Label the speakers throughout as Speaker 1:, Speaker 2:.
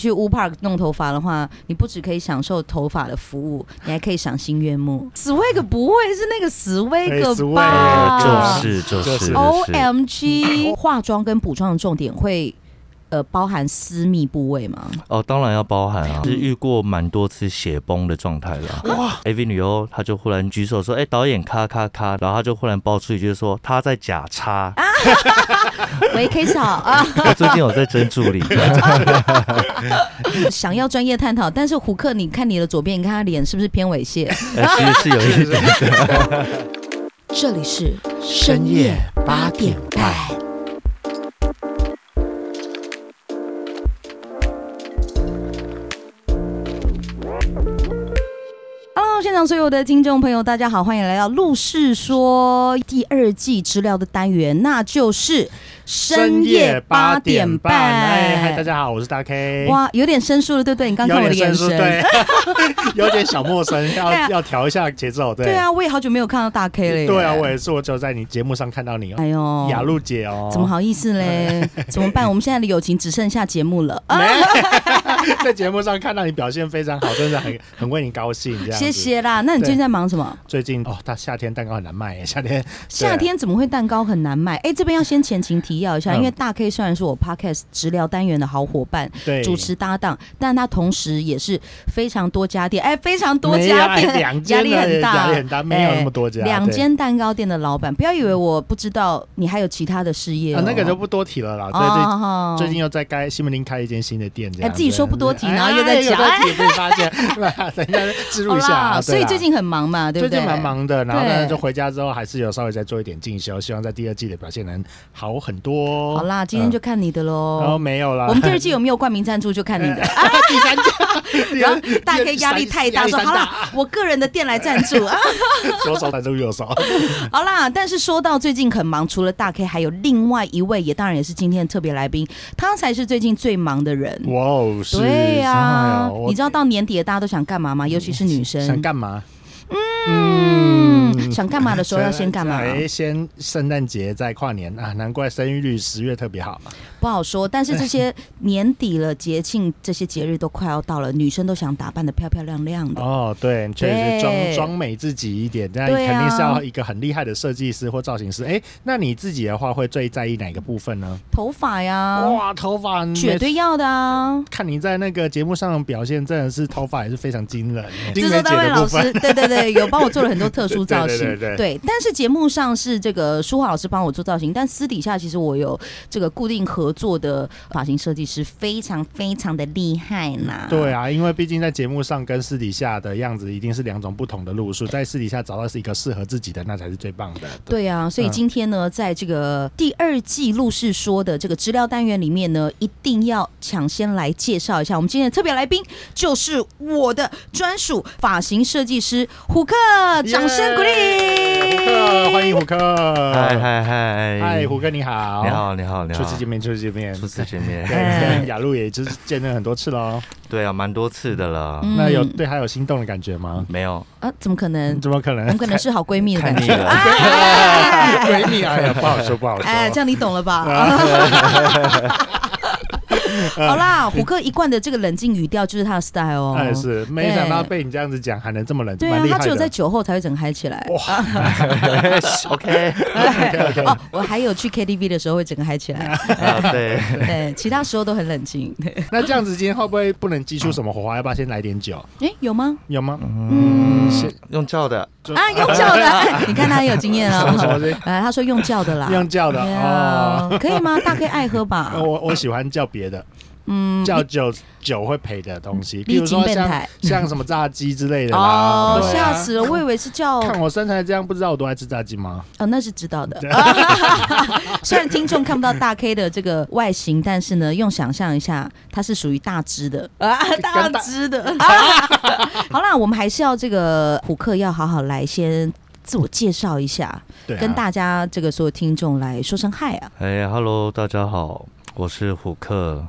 Speaker 1: 去 U Park 弄头发的话，你不只可以享受头发的服务，你还可以赏心悦目。Swag 不会是那个 Swag 吧？
Speaker 2: 哎就是就
Speaker 3: 哎就是是
Speaker 1: O M G，化妆跟补妆的重点会呃包含私密部位 吗？
Speaker 2: 哦，当然要包含啊，是遇过蛮多次血崩的状态啦。哇！AV 女优她就忽然举手说：“哎、导演咔咔咔！”然后她就忽然爆出一句说：“她在假叉。
Speaker 1: 喂，K 嫂啊，
Speaker 2: 我最近有在真助 理，
Speaker 1: 想要专业探讨，但是胡克，你看你的左边，你看他脸是不是偏猥亵？
Speaker 2: 呃其实是有一点。
Speaker 1: 这里是
Speaker 3: 深夜八点半，
Speaker 1: Hello，现场所有的听众朋友，大家好，欢迎来到《陆氏说》第二季资料的单元，那就是
Speaker 3: 哎，嗨，大家好，我是大 K。
Speaker 1: 哇，有点生疏了，对不对？你刚
Speaker 3: 有
Speaker 1: 看我的
Speaker 3: 点
Speaker 1: 眼
Speaker 3: 生疏，
Speaker 1: 神，
Speaker 3: 对， 有点小陌生，要
Speaker 1: 对啊
Speaker 3: 要调一下节奏，对。
Speaker 1: 对，啊，我也好久没有看到大 K 了耶。
Speaker 3: 对啊，我也是，我只有在你节目上看到你哦，
Speaker 1: 哎呦，
Speaker 3: 雅露姐哦，哎
Speaker 1: 怎么？好意思嘞？怎么办？我们现在的友情只剩下节目了啊！
Speaker 3: 在节目上看到你表现非常好，真的很很为你高兴，这样。
Speaker 1: 谢。谢啦。那你
Speaker 3: 对
Speaker 1: 最近在忙什么？
Speaker 3: 最近哦，大夏天蛋糕很难卖耶，夏天
Speaker 1: 夏天怎么会蛋糕很难卖？哎，这边要先前情提要一下，
Speaker 3: 嗯
Speaker 1: 因为大 K 虽然是我 Podcast 治疗单元的好伙伴、
Speaker 3: 对
Speaker 1: 主持搭档，但他同时也是非常多家店，哎，非常多
Speaker 3: 没有
Speaker 1: 家
Speaker 3: 哎
Speaker 1: 店，
Speaker 3: 两
Speaker 1: 压
Speaker 3: 间
Speaker 1: 力
Speaker 3: 而
Speaker 1: 很
Speaker 3: 已压
Speaker 1: 大哎
Speaker 3: 力。很大，没有那么多家，
Speaker 1: 两
Speaker 3: 对
Speaker 1: 间蛋糕店的老板，不要以为我不知道你还有其他的事业、哦
Speaker 3: 啊，那个就不多提了啦。最近
Speaker 1: 哦
Speaker 3: 最近又在该西门町开一间新的店，这
Speaker 1: 哎
Speaker 3: 样哎
Speaker 1: 自己说不多提然后又在
Speaker 3: 在
Speaker 1: 讲
Speaker 3: 提，被发现， 等一下植入
Speaker 1: 好
Speaker 3: 一下啊。
Speaker 1: 啦，
Speaker 3: 对
Speaker 1: 所
Speaker 3: 啦
Speaker 1: 以最近很忙嘛，对不
Speaker 3: 最
Speaker 1: 对？
Speaker 3: 近蛮。忙的，然后呢
Speaker 1: 对
Speaker 3: 就回家之后还是有稍微再做一点进修，希望在第二季的表现能好很多。
Speaker 1: 好啦，今天就看你的喽。
Speaker 3: 然后没有啦，
Speaker 1: 我们第二季有没有冠名赞助就看你 的，啊
Speaker 3: 第三 季，
Speaker 1: 然后大家压力太大，
Speaker 3: 啊压力
Speaker 1: 说
Speaker 3: 山
Speaker 1: 好
Speaker 3: 大，
Speaker 1: 啦，我个人的店来赞助啊，
Speaker 3: 左手反正右 手，
Speaker 1: 好啦。但是说到最近很忙，除了大 K，还有另外一位，也当然也是今天的特别来宾，他才是最近最忙的人。
Speaker 3: 哇哦，是
Speaker 1: 对呀、
Speaker 3: 哎呦我嗯
Speaker 1: 你知道到年底了大家都想干嘛吗？尤其是女
Speaker 3: 想
Speaker 1: 生，
Speaker 3: 干嘛？
Speaker 1: 嗯，想干嘛的时候要先干嘛，
Speaker 3: 哎，先圣诞节再跨年啊，难怪生育率十月特别好。
Speaker 1: 不好说。但是这些年底了，节庆这些节日都快要到了，女生都想打扮的漂漂亮亮的。
Speaker 3: 哦，对，确实
Speaker 1: 对
Speaker 3: 装装美自己一点，那
Speaker 1: 对
Speaker 3: 肯
Speaker 1: 啊
Speaker 3: 定是要一个很厉害的设计师或造型师。哎、那你自己的话会最在意哪个部分呢？
Speaker 1: 头发呀，
Speaker 3: 哇，头发嗯
Speaker 1: 嗯
Speaker 3: 你
Speaker 1: 绝对要的啊。
Speaker 3: 看你在那个节目上的表现，真的是头发也是非常惊人。
Speaker 1: 制
Speaker 3: 精
Speaker 1: 作
Speaker 3: 美姐
Speaker 1: 单位
Speaker 3: 的
Speaker 1: 老
Speaker 3: 部
Speaker 1: 师
Speaker 3: 分，
Speaker 1: 对对对，有帮我做了很多特殊造型，
Speaker 3: 对对对对
Speaker 1: 但是节目上是这个舒华老师帮我做造型，但私底下其实我有这个固定合作的发型设计师，非常非常的厉害啦。
Speaker 3: 对啊，因为毕竟在节目上跟私底下的样子一定是两种不同的路数，在私底下找到是一个适合自己的，那才是最棒的。
Speaker 1: 对啊，所以
Speaker 3: 嗯
Speaker 1: 今天呢，在这个第二季陆氏说的这个资料单元里面呢，一定要抢先来介绍一下我们今天的特别来宾，就是我的专属发型设计师胡克，掌声鼓励
Speaker 3: 胡克，欢迎胡克，
Speaker 2: 嗨嗨嗨，
Speaker 3: 嗨，胡，哥你好，
Speaker 2: 你，好你好你好，
Speaker 3: 初次见面，初次见面，
Speaker 2: 初次见面，
Speaker 1: 嗯
Speaker 3: 对，雅露也就是见了很多次喽。
Speaker 2: 对啊，蛮多次的了，
Speaker 1: 嗯
Speaker 3: 那有对他有心动的感觉吗？
Speaker 2: 没有
Speaker 1: 啊，怎么可能？
Speaker 3: 怎么可
Speaker 1: 我们
Speaker 3: 能？
Speaker 1: 可能是好闺蜜的
Speaker 2: 看
Speaker 1: 感
Speaker 2: 腻
Speaker 1: 觉。
Speaker 2: 了，
Speaker 3: 闺蜜，哎呀，不好说，不啊好
Speaker 1: 哎，这
Speaker 3: 说。
Speaker 1: 样你懂了吧？ 好啦，虎哥一贯的这个冷静语调就是他的 style 哦。
Speaker 3: 哎，是，没想到被你这样子讲还能这么冷，
Speaker 1: 对
Speaker 3: 蛮
Speaker 1: 啊，
Speaker 3: 厉
Speaker 1: 他
Speaker 3: 害
Speaker 1: 只有在
Speaker 3: 的。
Speaker 1: 酒后才会整嗨起来。
Speaker 2: 哎 OK
Speaker 1: 哦，我还有去 KTV 的时候会整嗨起来，
Speaker 2: 啊，对，
Speaker 1: 对，其他时候都很冷 静。对
Speaker 3: 那这样子今天会不会不能激出什么火花？要不要先来点酒？
Speaker 1: 哎，有吗？
Speaker 3: 有吗？
Speaker 1: 嗯，
Speaker 3: 先
Speaker 2: 用叫的，
Speaker 3: 就
Speaker 1: 啊，用叫 的，哎你看他很有经验
Speaker 3: 什么什么
Speaker 1: 哦。
Speaker 3: 的，
Speaker 1: 哎，他说用叫的啦。
Speaker 3: 用叫的
Speaker 1: 对
Speaker 3: 哦。
Speaker 1: 啊，可以吗？大 K 爱喝吧
Speaker 3: 呃。 我我喜欢叫别的，
Speaker 1: 嗯，
Speaker 3: 叫酒酒会赔的东西，比
Speaker 1: 历
Speaker 3: 如
Speaker 1: 经
Speaker 3: 说
Speaker 1: 变
Speaker 3: 像
Speaker 1: 态。
Speaker 3: 像什么炸鸡之类的啦。
Speaker 1: 哦，
Speaker 3: 对
Speaker 1: 吓
Speaker 3: 啊！
Speaker 1: 死了！我以为是叫
Speaker 3: 看我身材这样，不知道我多爱吃炸鸡吗？
Speaker 1: 哦，那是知道的。 虽然听众看不到大 K 的这个外形，但是呢，用想象一下，它是属于大只的啊，大
Speaker 3: 大
Speaker 1: 只 的。啊、 好啦，我们还是要这个虎克要好好来先自我介绍一下，
Speaker 3: 对啊，
Speaker 1: 跟大家这个所有听众来说声嗨啊。
Speaker 2: 哎，Hello，大家好，我是虎克。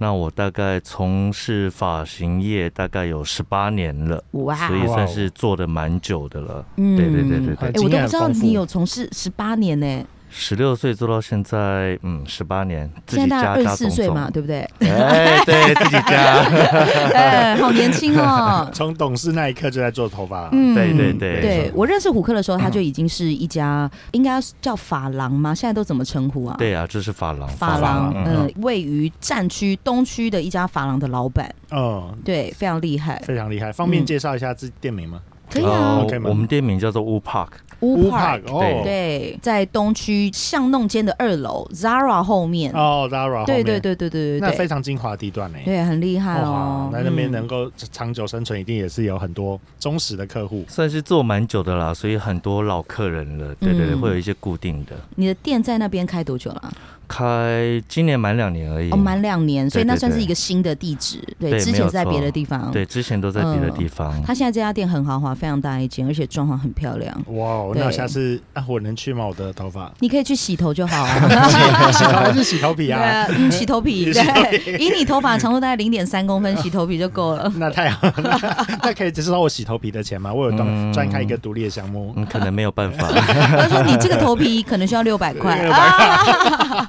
Speaker 2: 那我大概从事发型业大概有十八年了，
Speaker 1: 哇哦
Speaker 2: 所，以算是做的蛮久的了。
Speaker 1: 嗯
Speaker 2: 对对对对
Speaker 1: 哎、
Speaker 3: 很
Speaker 2: 对，
Speaker 1: 我
Speaker 3: 经
Speaker 1: 都
Speaker 3: 验
Speaker 1: 不
Speaker 3: 很
Speaker 1: 知道
Speaker 3: 丰富。
Speaker 1: 你有从事十八年呢、
Speaker 2: 十六岁做到现在，嗯，十八年，自
Speaker 1: 现在
Speaker 2: 己
Speaker 1: 大概二
Speaker 2: 加加
Speaker 1: 十
Speaker 2: 总
Speaker 1: 四岁
Speaker 2: 总，
Speaker 1: 嘛，对不对？
Speaker 2: 哎，对自己加，
Speaker 1: 哎，好年轻 哦
Speaker 3: 从懂事那一刻就在做头发了。
Speaker 1: 嗯
Speaker 2: 对对对嗯
Speaker 1: 对我认识虎克的时候，他就已经是一家应该叫发廊吗？现在都怎么称呼啊？，
Speaker 2: 对啊，这是发廊，
Speaker 1: 发廊，
Speaker 2: 嗯
Speaker 1: 呃，位于战区东区的一家发廊的老板，
Speaker 3: 嗯，
Speaker 1: 对，非常厉害，
Speaker 3: 非常厉害。方便
Speaker 1: 嗯
Speaker 3: 介绍一下自己店名吗
Speaker 1: 可以啊
Speaker 2: 哦
Speaker 3: OK 吗
Speaker 2: 我们店名叫做 Wu Park，
Speaker 1: ，U
Speaker 3: ？Wu
Speaker 1: 嗯 Park，
Speaker 3: Park 哦，
Speaker 1: 对，在东区巷弄间的二楼 Zara 后面，
Speaker 3: 哦，Zara 后
Speaker 1: 对
Speaker 3: 面
Speaker 1: 对，对对对
Speaker 3: 那
Speaker 1: 对
Speaker 3: 非
Speaker 1: 对，
Speaker 3: 常精华地段呢。
Speaker 1: 对，很厉害哦
Speaker 3: 哇，，那那边
Speaker 1: 嗯
Speaker 3: 能够长久生存，一定也是有很多忠实的客户。
Speaker 2: 算是做蛮久的啦，所以很多老客人了，对对对，
Speaker 1: 嗯
Speaker 2: 会有一些固定的，
Speaker 1: 你的店在那边开多久了啊？
Speaker 2: 开今年满两年而已，
Speaker 1: 哦，满两年，所以
Speaker 2: 对
Speaker 1: 那
Speaker 2: 对
Speaker 1: 算是
Speaker 2: 对
Speaker 1: 一个新的地址，对，
Speaker 2: 对
Speaker 1: 之
Speaker 2: 没
Speaker 1: 前
Speaker 2: 有
Speaker 1: 是在别
Speaker 2: 错
Speaker 1: 的地方，
Speaker 2: 对，之前都在
Speaker 1: 嗯
Speaker 2: 别的地方，
Speaker 1: 他现在这家店很豪华，非常大一间，而且装潢很漂亮。
Speaker 3: 哇哦，
Speaker 1: 对
Speaker 3: 那下次啊，我能去吗？我的 头发
Speaker 1: 你可以去洗头就好、啊，
Speaker 3: 洗头还是洗头 皮
Speaker 1: 对
Speaker 3: 啊？
Speaker 1: 啊，嗯，洗头皮，
Speaker 3: 也洗头
Speaker 1: 对，以你头发长度大概零点三 公分，洗头皮就够了。
Speaker 3: 那太好，了， 那可以只是收我洗头皮的钱吗？我有专
Speaker 2: 嗯
Speaker 3: 专开一个独立的项目。
Speaker 2: 嗯，可能没有办法，
Speaker 1: 他说你这个头皮可能需要 六百块。啊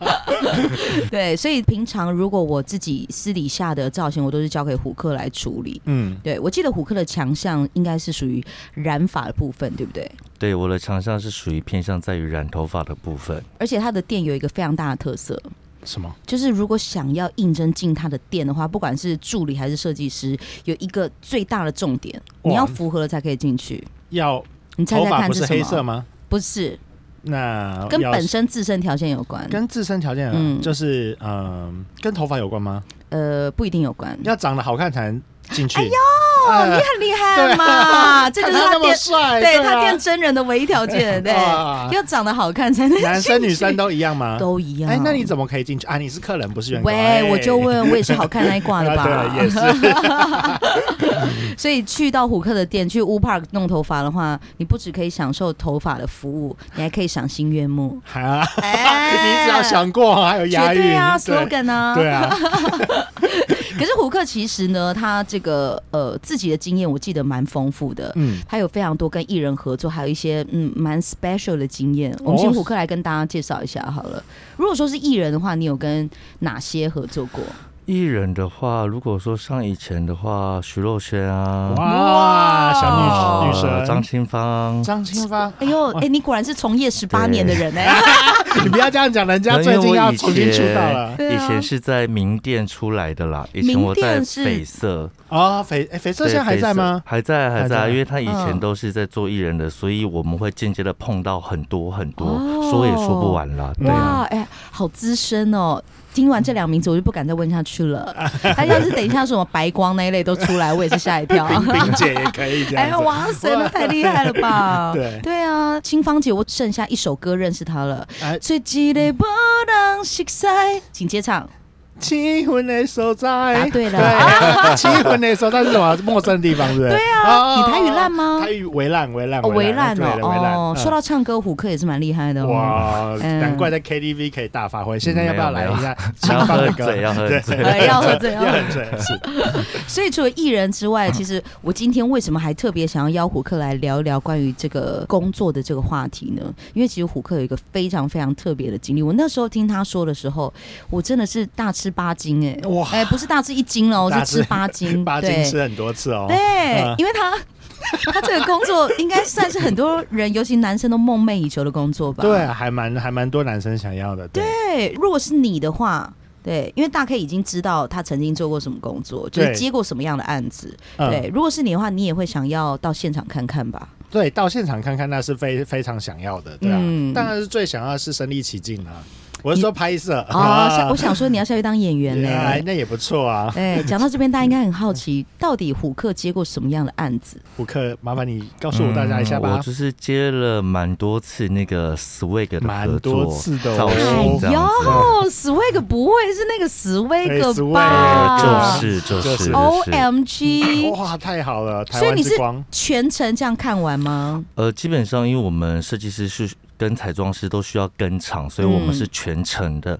Speaker 1: 对，所以平常如果我自己私底下的造型，我都是交给胡克来处理。
Speaker 3: 嗯，
Speaker 1: 对，我记得胡克的强项应该是属于染发的部分，对不对？
Speaker 2: 对，我的强项是属于偏向在于染头发的部分，
Speaker 1: 而且他的店有一个非常大的特色，
Speaker 3: 什么？
Speaker 1: 就是如果想要应征进他的店的话，不管是助理还是设计师，有一个最大的重点，
Speaker 3: 哇
Speaker 1: 你要符合了才可以进去。
Speaker 3: 要
Speaker 1: 你猜
Speaker 3: 头
Speaker 1: 猜
Speaker 3: 发
Speaker 1: 看
Speaker 3: 不
Speaker 1: 是
Speaker 3: 是
Speaker 1: 什么？
Speaker 3: 黑色吗？
Speaker 1: 不是，
Speaker 3: 那
Speaker 1: 跟
Speaker 3: 要
Speaker 1: 本身自身条件有关。
Speaker 3: 跟自身条件啊，
Speaker 1: 嗯
Speaker 3: 就是嗯、呃跟头发有关吗？
Speaker 1: 呃，不一定有关。
Speaker 3: 要长得好看才能进去。哎呦，
Speaker 1: 哦，你很厉害 嘛！ 这就是
Speaker 3: 啊看他那么
Speaker 1: 店，
Speaker 3: 帅，
Speaker 1: 对
Speaker 3: 啊
Speaker 1: 他店真人的唯一条 件，对，
Speaker 3: 哇
Speaker 1: 要长得好看才能。
Speaker 3: 男生女生都一样吗？
Speaker 1: 都一样。
Speaker 3: 哎，那你怎么可以进去啊？你是客人，不是员工。哎
Speaker 1: 喂，我就 问，我也是好看那一挂的
Speaker 3: 啊对，也
Speaker 1: 吧？
Speaker 3: 是。。
Speaker 1: 所以去到虎克的店，去 U Park 弄头发的话，你不只可以享受头发的服务，你还可以赏心悦目
Speaker 3: 啊，
Speaker 1: 哎
Speaker 3: 你只要想过，哦还有押
Speaker 1: 绝
Speaker 3: 韵
Speaker 1: 对啊
Speaker 3: 对
Speaker 1: ，slogan 啊。
Speaker 3: 对啊，
Speaker 1: 可是虎克其实呢，他这个呃自己的经验，我记得蛮丰富的。
Speaker 3: 嗯，
Speaker 1: 他有非常多跟艺人合作，还有一些嗯蛮 special 的经验。我
Speaker 3: 哦
Speaker 1: 们请虎克来跟大家介绍一下好了。如果说是艺人的话，你有跟哪些合作过？
Speaker 2: 艺人的话，如果说像以前的话，徐若瑄啊，
Speaker 3: 哇，小女女
Speaker 2: 呃
Speaker 3: 神
Speaker 2: 张清芳，
Speaker 3: 张清芳，
Speaker 1: 哎呦，哎、你果然是从业十八
Speaker 2: 对
Speaker 1: 年的人哎、
Speaker 3: 你不要这样讲，人家
Speaker 2: 那因
Speaker 3: 最
Speaker 2: 为
Speaker 3: 近
Speaker 2: 我
Speaker 3: 要
Speaker 2: 以
Speaker 3: 重新出道
Speaker 2: 前
Speaker 3: 了
Speaker 1: 对
Speaker 2: 以
Speaker 1: 啊
Speaker 2: 前是在名店出来的啦，以前
Speaker 1: 名
Speaker 2: 我在
Speaker 1: 店是
Speaker 2: 绯色，
Speaker 3: 哦，肥哎，肥色
Speaker 2: 对
Speaker 3: 现在还
Speaker 2: 绯
Speaker 3: 在
Speaker 2: 色
Speaker 3: 吗？
Speaker 2: 还在，还
Speaker 3: 还在
Speaker 2: 在，因为他以前
Speaker 1: 嗯
Speaker 2: 都是在做艺人的，所以我们会间接的碰到很多很多，说也说不完啦。对
Speaker 1: 哦哇
Speaker 2: 啊，，
Speaker 1: 哎、好资深哦。听完这两名字，我就不敢再问下去 了。他要是等一下什么白光那一类都出来，我也是吓一跳。
Speaker 3: 冰姐也可以这
Speaker 1: 哎呀，
Speaker 3: 样子。
Speaker 1: 哇塞，那太厉害了吧！
Speaker 3: 对
Speaker 1: 啊，清芳姐，我剩下一首歌认识她了，
Speaker 3: 哎
Speaker 1: 最记得不能识在，请接唱。
Speaker 3: 七魂的所
Speaker 1: 答
Speaker 3: 在，
Speaker 1: 对了，
Speaker 3: 对，七魂的所在是什么？陌生地方是不是？对啊
Speaker 1: 你台语烂吗
Speaker 3: 台？语围烂，围烂，
Speaker 1: 哦，围烂
Speaker 3: 对的围烂。
Speaker 1: 哦。哦，
Speaker 3: 嗯
Speaker 1: 说到唱歌，虎克也是蛮厉害的哦。
Speaker 3: 哇，
Speaker 1: 嗯
Speaker 3: 难怪在 KTV 可以大发
Speaker 2: 嗯
Speaker 3: 挥。现在要不要来一下清
Speaker 2: 要
Speaker 3: 芳
Speaker 2: 喝
Speaker 3: 的歌？
Speaker 2: 醉，要喝
Speaker 3: 对
Speaker 2: 醉。
Speaker 1: 哎，要喝这
Speaker 3: 要
Speaker 1: 样。
Speaker 3: 很醉，是
Speaker 1: 所以除了艺人之
Speaker 3: 嗯
Speaker 1: 外，其实我今天为什么还特别想要邀虎克来聊一聊关于这个工作的这个话题呢？因为其实虎克有一个非常非常特别的经历。我那时候听他说的时候，我真的是大吃八惊哎、
Speaker 3: 哇
Speaker 1: 哎、不是大吃一惊哦，
Speaker 3: 大
Speaker 1: 是
Speaker 3: 吃
Speaker 1: 吃八斤，
Speaker 3: 八斤
Speaker 1: 对
Speaker 3: 吃很多次哦。
Speaker 1: 对
Speaker 3: 嗯，
Speaker 1: 因为他他这个工作应该算是很多人，尤其男生都梦寐以求的工作吧。
Speaker 3: 对，还蛮还蛮多男生想要的。对，
Speaker 1: 对，如果是你的话。对，因为大 K 已经知道他曾经做过什么工作，就是
Speaker 3: 对
Speaker 1: 接过什么样的案子。
Speaker 3: 嗯
Speaker 1: 对，如果是你的话，你也会想要到现场看看吧？
Speaker 3: 对，到现场看看那是非非常想要的，对啊，
Speaker 1: 嗯
Speaker 3: 当然是最想要的是身临其境啊。我是说拍摄
Speaker 1: 啊，想我想说你要下去当演 员呢、
Speaker 3: 哎那也不错啊。
Speaker 1: 哎，讲到这边，大家应该很好奇， 到底虎克接过什么样的案子？
Speaker 3: 胡克，麻烦你告诉我大家一下
Speaker 2: 嗯我
Speaker 3: 吧。
Speaker 2: 就是接了蛮多次那个 Swag 的
Speaker 3: 蛮
Speaker 2: 合
Speaker 3: 多
Speaker 2: 作
Speaker 3: 次的哦
Speaker 2: 造型这
Speaker 1: 哎
Speaker 2: 样子。啊
Speaker 1: 呦，Swag 不会是那个 Swag 吧哦
Speaker 3: 哎
Speaker 2: 就？是就
Speaker 3: 就
Speaker 2: 是
Speaker 3: 是
Speaker 2: 是
Speaker 1: O M G！
Speaker 3: 哇，太好了，台
Speaker 1: 所以
Speaker 3: 湾
Speaker 1: 你
Speaker 3: 之
Speaker 1: 是
Speaker 3: 光。
Speaker 1: 全程这样看完吗？
Speaker 2: 呃，基本上因为我们设计师是跟彩妆师都需要跟场，所以我们
Speaker 1: 嗯
Speaker 2: 是全程的，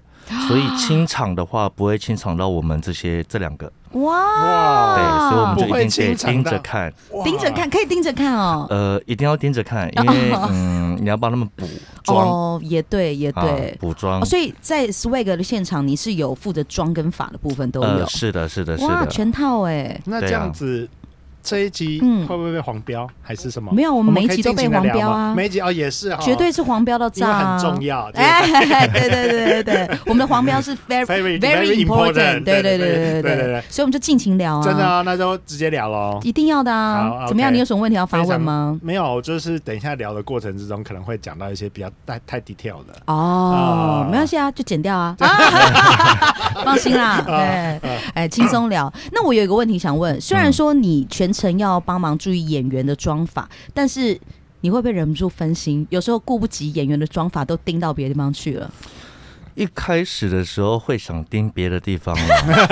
Speaker 2: 所以清场的话不会清场到我们这些这两个，对，
Speaker 1: 哇！
Speaker 2: 所以我们就
Speaker 3: 不会
Speaker 2: 一定得
Speaker 3: 清场
Speaker 2: 盯
Speaker 3: 到
Speaker 2: 着看，
Speaker 3: 哇
Speaker 1: 盯着看，可以盯着看哦。
Speaker 2: 呃，一定要盯着看，因为嗯，你要帮他们补妆，
Speaker 1: 哦，也对，也
Speaker 2: 啊
Speaker 1: 对。
Speaker 2: 补妆
Speaker 1: 哦，，所以在 swag 的现场，你是有负责妆跟法的部分都有
Speaker 2: 呃，，是的，是的，是
Speaker 1: 哇，
Speaker 2: 的，
Speaker 1: 全套哎，
Speaker 3: 那这样子。这一集
Speaker 1: 嗯
Speaker 3: 会不会被黄标、还是什么？
Speaker 1: 没有我们每一
Speaker 3: 可以
Speaker 1: 集都
Speaker 3: 尽情
Speaker 1: 被
Speaker 3: 地
Speaker 1: 黄
Speaker 3: 聊
Speaker 1: 标
Speaker 3: 吗
Speaker 1: 啊
Speaker 3: 每一集哦也是哈，
Speaker 1: 绝对是黄标到
Speaker 3: 因
Speaker 1: 炸
Speaker 3: 为
Speaker 1: 啊，
Speaker 3: 很重要。这个
Speaker 1: 哎，对对对对对， 我们的黄标是 very
Speaker 3: Very-
Speaker 1: very
Speaker 3: very
Speaker 1: important，
Speaker 3: important，
Speaker 1: 对对对对
Speaker 3: 对对
Speaker 1: 对
Speaker 3: 对
Speaker 1: 对
Speaker 3: 对，
Speaker 1: 所以我们就尽情聊啊，
Speaker 3: 真的啊，那就直接聊喽。
Speaker 1: 一定要的啊，
Speaker 3: 好
Speaker 1: 怎么样？
Speaker 3: ，OK
Speaker 1: 你有什么问题要发问吗？
Speaker 3: 没有，就是等一下聊的过程之中，可能会讲到一些比较太太 detail 的。
Speaker 1: 哦，
Speaker 3: 啊
Speaker 1: 没关系啊，就剪掉 啊，放心
Speaker 3: 哦
Speaker 1: 啦，对，哎，轻松聊。那我有一个问题想问，虽然说你全程要帮忙注意演员的妆法，但是你会不会忍不住分心？有时候顾不及演员的妆法，都盯到别的地方去了，
Speaker 2: 一开始的时候会想盯别的地方啊啦，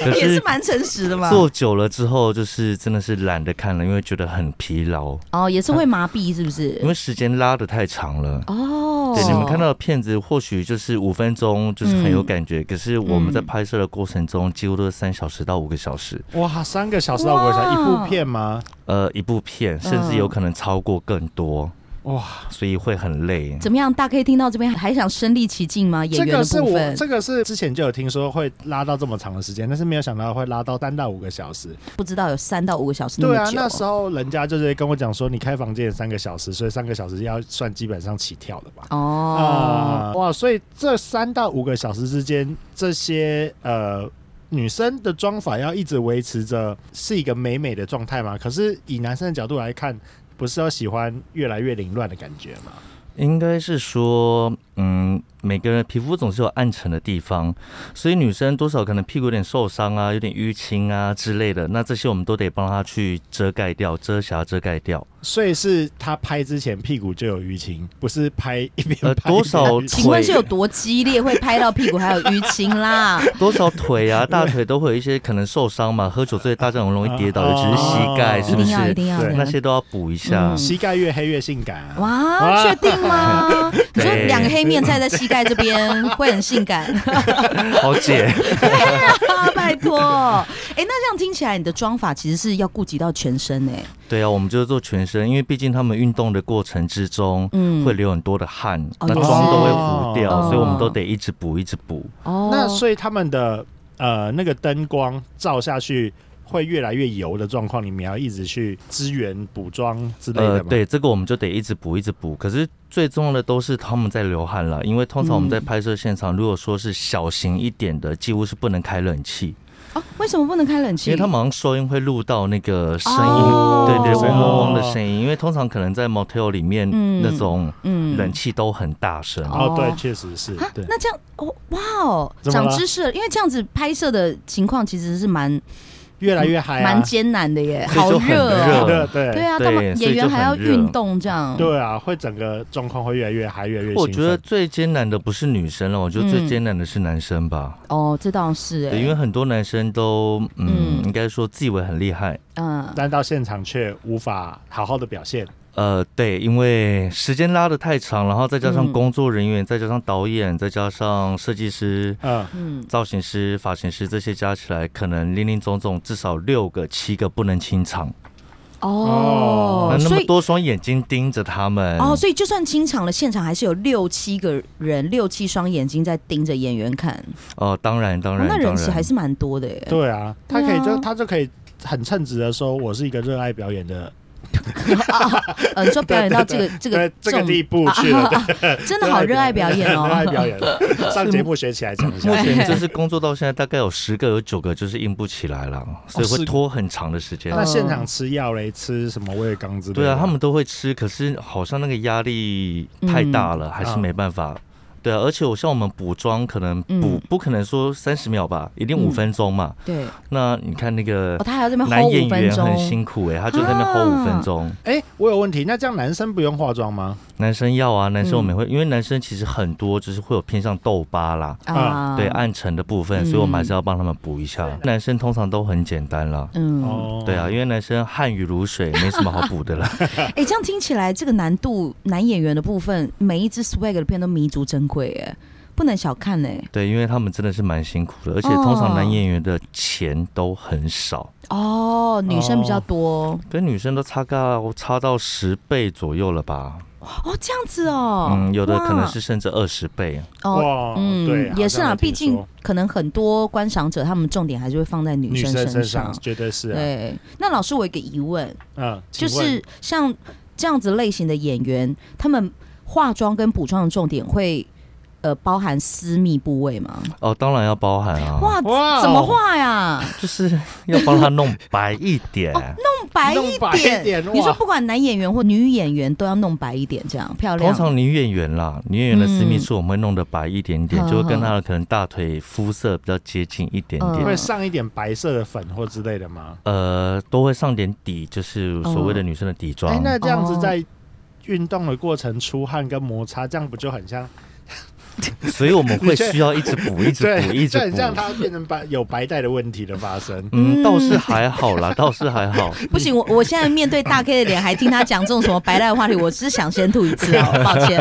Speaker 2: 可
Speaker 1: 也是
Speaker 2: 是
Speaker 1: 蛮诚实的嘛。
Speaker 2: 做久了之后，就是真的是懒得看了，因为觉得很疲劳，
Speaker 1: 哦，也是
Speaker 2: 嗯
Speaker 1: 会麻痹，是不是
Speaker 2: 因？为时间拉得太长了。
Speaker 1: 哦，
Speaker 2: 对，你们看到的片子或许就是五分钟，就是很有感觉。可是我们在
Speaker 1: 嗯
Speaker 2: 拍摄的过程中，几乎都是三小时到五个小时，
Speaker 3: 哇，三个小时到五个小时一
Speaker 1: 哇
Speaker 3: 部片吗？
Speaker 2: 呃，一部片甚至
Speaker 1: 嗯
Speaker 2: 有可能超过更多，
Speaker 3: 哇，
Speaker 2: 所以会很累。
Speaker 1: 怎么样？大家可以听到这边还想身临其境吗？
Speaker 3: 这
Speaker 1: 演员
Speaker 3: 个
Speaker 1: 的
Speaker 3: 是
Speaker 1: 部
Speaker 3: 我
Speaker 1: 分
Speaker 3: 这个是之前就有听说会拉到这么长的时间，但是没有想到会拉到三到五个小时。
Speaker 1: 不知道有三到五个小时那
Speaker 3: 对啊
Speaker 1: 么，久。哦
Speaker 3: 那时候人家就是跟我讲说，你开房间三个小时，所以三个小时要算基本上起跳的吧。
Speaker 1: 哦
Speaker 3: 啊、，哇！所以这三到五个小时之间，这些呃女生的妆法要一直维持着是一个美美的状态嘛？可是以男生的角度来看，不是要喜欢越来越凌乱的感觉吗？
Speaker 2: 应该是说，嗯，每个人皮肤总是有暗沉的地方，所以女生多少可能屁股有点受伤啊，有点淤青啊之类的，那这些我们都得帮她去遮盖掉、遮瑕、遮盖 掉。
Speaker 3: 所以是他拍之前屁股就有淤青，不是拍一边
Speaker 2: 呃
Speaker 3: 拍一边
Speaker 2: 多少
Speaker 3: 淤青
Speaker 1: 请问是有多激烈，会拍到屁股还有淤青 啦？
Speaker 2: 多少腿啊、大腿都会有一些可能受伤嘛，喝酒醉大家很容易跌倒，
Speaker 3: 哦
Speaker 2: 尤其是膝盖，
Speaker 1: 一
Speaker 2: 是不
Speaker 1: 定哦要，一
Speaker 2: 是？
Speaker 1: 定要
Speaker 3: 对
Speaker 1: 的
Speaker 2: 那些都要补一下
Speaker 1: 嗯。
Speaker 3: 膝盖越黑越性感、啊。
Speaker 1: 哇，
Speaker 3: 哇
Speaker 1: 确定 吗？你说
Speaker 2: 对
Speaker 1: 两个黑面菜在膝盖这边会很性 感，嗯啊
Speaker 2: 好姐，
Speaker 1: 拜托。哎，那这样听起来，你的妆法其实是要顾及到全身哎。
Speaker 2: 对啊，我们就是做全身，因为毕竟他们运动的过程之中。
Speaker 1: 嗯
Speaker 2: 会流很多的汗，
Speaker 1: 哦
Speaker 2: 那
Speaker 1: 也
Speaker 2: 妆
Speaker 1: 是
Speaker 2: 都会糊掉，
Speaker 1: 哦
Speaker 2: 所以我们都得一直补，一直补。
Speaker 1: 哦
Speaker 3: 那所以他们的呃那个灯光照下去。会越来越油的状况，你们要一直去支援补妆之类的
Speaker 2: 呃，
Speaker 3: 吗？
Speaker 2: 对，这个我们就得一直补，一直补。可是最重要的都是他们在流汗了，因为通常我们在
Speaker 1: 嗯
Speaker 2: 拍摄现场，如果说是小型一点的，几乎是不能开冷气，
Speaker 1: 哦，为什么不能开冷气？
Speaker 2: 因为他们好像收音会录到那个声音，
Speaker 1: 哦
Speaker 2: 对对，嗡嗡嗡的
Speaker 3: 哦
Speaker 2: 声音。因为通常可能在 motel 里面、
Speaker 1: 嗯
Speaker 2: 那种
Speaker 1: 嗯
Speaker 2: 冷气都很大声。
Speaker 1: 哦
Speaker 3: 哦，对，确实是
Speaker 1: 啊，
Speaker 3: 对，
Speaker 1: 那这样哦，哇哦，
Speaker 3: 怎么
Speaker 1: 长
Speaker 3: 了
Speaker 1: 知识了，因为这样子拍摄的情况其实是蛮
Speaker 3: 越来越嗨啊，
Speaker 1: 蛮艰难的耶，
Speaker 2: 哎所以
Speaker 1: 好
Speaker 2: 就很
Speaker 1: 热哦，
Speaker 3: 热，对
Speaker 1: 对啊，干嘛
Speaker 2: 对所以
Speaker 1: 演员
Speaker 2: 就
Speaker 1: 还要
Speaker 2: 很热
Speaker 1: 运动这样？
Speaker 3: 对啊，会整个状况会越来越嗨，越来越兴奋。嗯
Speaker 2: 我觉
Speaker 1: 啊
Speaker 2: 得最艰难的不是女生了，我觉得最艰难的是男生吧，
Speaker 1: 哦，这倒是
Speaker 2: 对，因为
Speaker 1: 哎，
Speaker 2: 很多男生都嗯
Speaker 1: 嗯
Speaker 2: 应该说自以为很厉害，
Speaker 1: 嗯，
Speaker 3: 但到现场却无法好好的表现，
Speaker 2: 呃，对，因为时间拉得太长，然后再加上
Speaker 1: 嗯
Speaker 2: 工作人员，再加上导演，再加上设计师、
Speaker 3: 嗯，
Speaker 1: 嗯，
Speaker 2: 造型师、发型师这些加起来，可能零零总总至少六个、七个不能清场，
Speaker 1: 哦
Speaker 2: 那，那
Speaker 1: 所
Speaker 2: 么
Speaker 1: 以
Speaker 2: 多双眼睛盯着他们。
Speaker 1: 哦，所以就算清场了，现场还是有六七个人，六七双眼睛在盯着演员看，
Speaker 2: 哦，当然，当
Speaker 1: 哦
Speaker 2: 然，
Speaker 1: 那人
Speaker 2: 当
Speaker 1: 气
Speaker 2: 然，
Speaker 1: 还是蛮多的 耶。
Speaker 3: 对啊，他可以
Speaker 1: 对
Speaker 3: 就
Speaker 1: 啊
Speaker 3: 他就可以很称职的说，我是一个热爱表演的，
Speaker 1: 呃，你说表演到这个这个
Speaker 3: 对这个
Speaker 1: 重啊
Speaker 3: 地步去了，对
Speaker 1: 真的好热爱表演
Speaker 3: 热爱
Speaker 1: 哦。
Speaker 3: 表演，上节目学起来讲一 下
Speaker 2: 目。前就是工作到现在，大概有十个有九个就是硬不起来了，所
Speaker 1: 哦
Speaker 2: 以
Speaker 3: 是
Speaker 2: 会拖很长的时间。
Speaker 3: 那现场吃药嘞，吃什么威尔刚之类的？
Speaker 2: 对啊，他们都会吃，可是好像那个压力太大
Speaker 1: 嗯
Speaker 2: 了，还是没办法。对啊，而且我像我们补妆，可能补、
Speaker 1: 嗯
Speaker 2: 不可能说三十秒吧，一定
Speaker 1: 嗯
Speaker 2: 五分钟嘛。
Speaker 1: 对，
Speaker 2: 那你看那个
Speaker 1: 哦，他还要这边
Speaker 2: 男
Speaker 1: hold
Speaker 2: 演
Speaker 1: 五分
Speaker 2: 员很
Speaker 1: 钟，
Speaker 2: 辛苦哎、他就在那边 hold
Speaker 1: 啊
Speaker 2: 五分钟。
Speaker 3: 哎，我有问题，那这样男生不用化妆吗？
Speaker 2: 男生要啊，男生
Speaker 1: 嗯
Speaker 2: 我们会，因为男生其实很多就是会有偏向痘疤啦，
Speaker 1: 啊，
Speaker 2: 对暗沉的部分，
Speaker 1: 嗯
Speaker 2: 所以我们还是要帮他们补一下。男生通常都很简单啦。
Speaker 1: 嗯，
Speaker 3: 哦，
Speaker 2: 对啊，，因为男生汗雨如水，没什么好补的啦。
Speaker 1: 哎，这样听起来，这个难度男演员的部分，每一支 swag 的片都弥足珍贵，哎，不能小看哎。
Speaker 2: 对，因为他们真的是蛮辛苦的，而且
Speaker 1: 哦
Speaker 2: 通常男演员的钱都很少，
Speaker 1: 哦，女生比较多，
Speaker 2: 跟女生都差到差到十倍左右了吧？
Speaker 1: 哦，这样子哦，
Speaker 2: 嗯，有的可能
Speaker 1: 哇
Speaker 2: 是甚至二十倍。
Speaker 1: 哦。
Speaker 3: 哇，
Speaker 1: 嗯，
Speaker 3: 对，
Speaker 1: 也是
Speaker 3: 好像
Speaker 1: 啊，
Speaker 3: 有听
Speaker 1: 毕竟
Speaker 3: 说
Speaker 1: 可能很多观赏者他们重点还是会放在女
Speaker 3: 女
Speaker 1: 生
Speaker 3: 生身
Speaker 1: 上。
Speaker 3: 绝对是啊，
Speaker 1: 对，那老师我有一个疑问，
Speaker 3: 嗯，
Speaker 1: 就
Speaker 3: 请问
Speaker 1: 是像这样子类型的演员，他们化妆跟补妆的重点会呃包含私密部位吗？
Speaker 2: 哦，当然要包含啊，
Speaker 1: 哇，
Speaker 3: 哇哦
Speaker 1: 怎么画呀？
Speaker 2: 就是要帮他弄白一点。
Speaker 1: 弄白
Speaker 3: 弄白一
Speaker 1: 点。
Speaker 3: 点
Speaker 1: 你说
Speaker 3: 哇
Speaker 1: 不管男演员或女演员都要弄白一点，这样漂
Speaker 2: 通
Speaker 1: 亮。
Speaker 2: 常女演员啦，女演员的私密
Speaker 1: 嗯
Speaker 2: 处我们会弄得白一点点，
Speaker 1: 呵
Speaker 2: 就会跟
Speaker 1: 呵
Speaker 2: 她的可能大腿肤色比较接近一点
Speaker 1: 嗯
Speaker 2: 点，
Speaker 3: 会上一点白色的粉或之类的吗？
Speaker 2: 呃，都会上点底，就是所谓的
Speaker 1: 嗯
Speaker 2: 女生的底妆
Speaker 3: 哎，。那这样子
Speaker 1: 哦
Speaker 3: 在运动的过程出汗跟摩擦，这样不就很像？
Speaker 2: 所以 我们
Speaker 3: 你
Speaker 2: 会
Speaker 3: 觉得
Speaker 2: 需要一直补，一直补，
Speaker 3: 对，
Speaker 2: 一
Speaker 3: 就
Speaker 2: 直
Speaker 3: 很
Speaker 2: 补。
Speaker 3: 像它变成白有白带的问题的发 生。
Speaker 2: 嗯，倒是还好啦，倒是还好。
Speaker 1: 不行，我
Speaker 3: 嗯
Speaker 1: 我现在面对大 K 的脸，还听他讲这种什么白赖的话题，我只是想先吐一次 啊，抱歉。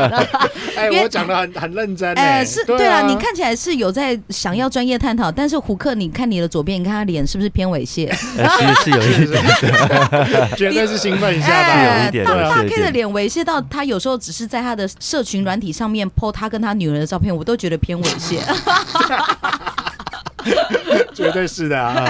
Speaker 3: 哎，
Speaker 1: 因为
Speaker 3: 我讲的很很认真
Speaker 1: 哎、
Speaker 3: 哎，
Speaker 1: 是
Speaker 3: 对
Speaker 1: 啦，
Speaker 3: 啊
Speaker 1: 你看起来是有在想要专业探讨，但是胡克，你看你的左边，你看他脸是不是偏猥亵？
Speaker 2: 呃，其实是有一点，
Speaker 3: 绝对是兴奋一下的啊。
Speaker 1: 哎，
Speaker 2: 有一点
Speaker 1: 当大
Speaker 2: 有一
Speaker 1: K
Speaker 2: 点
Speaker 1: 的脸猥亵到他有时候只是在他的社群软体上面 PO 他跟他女人的照片，我都觉得偏猥亵。
Speaker 3: 绝对是的 啊！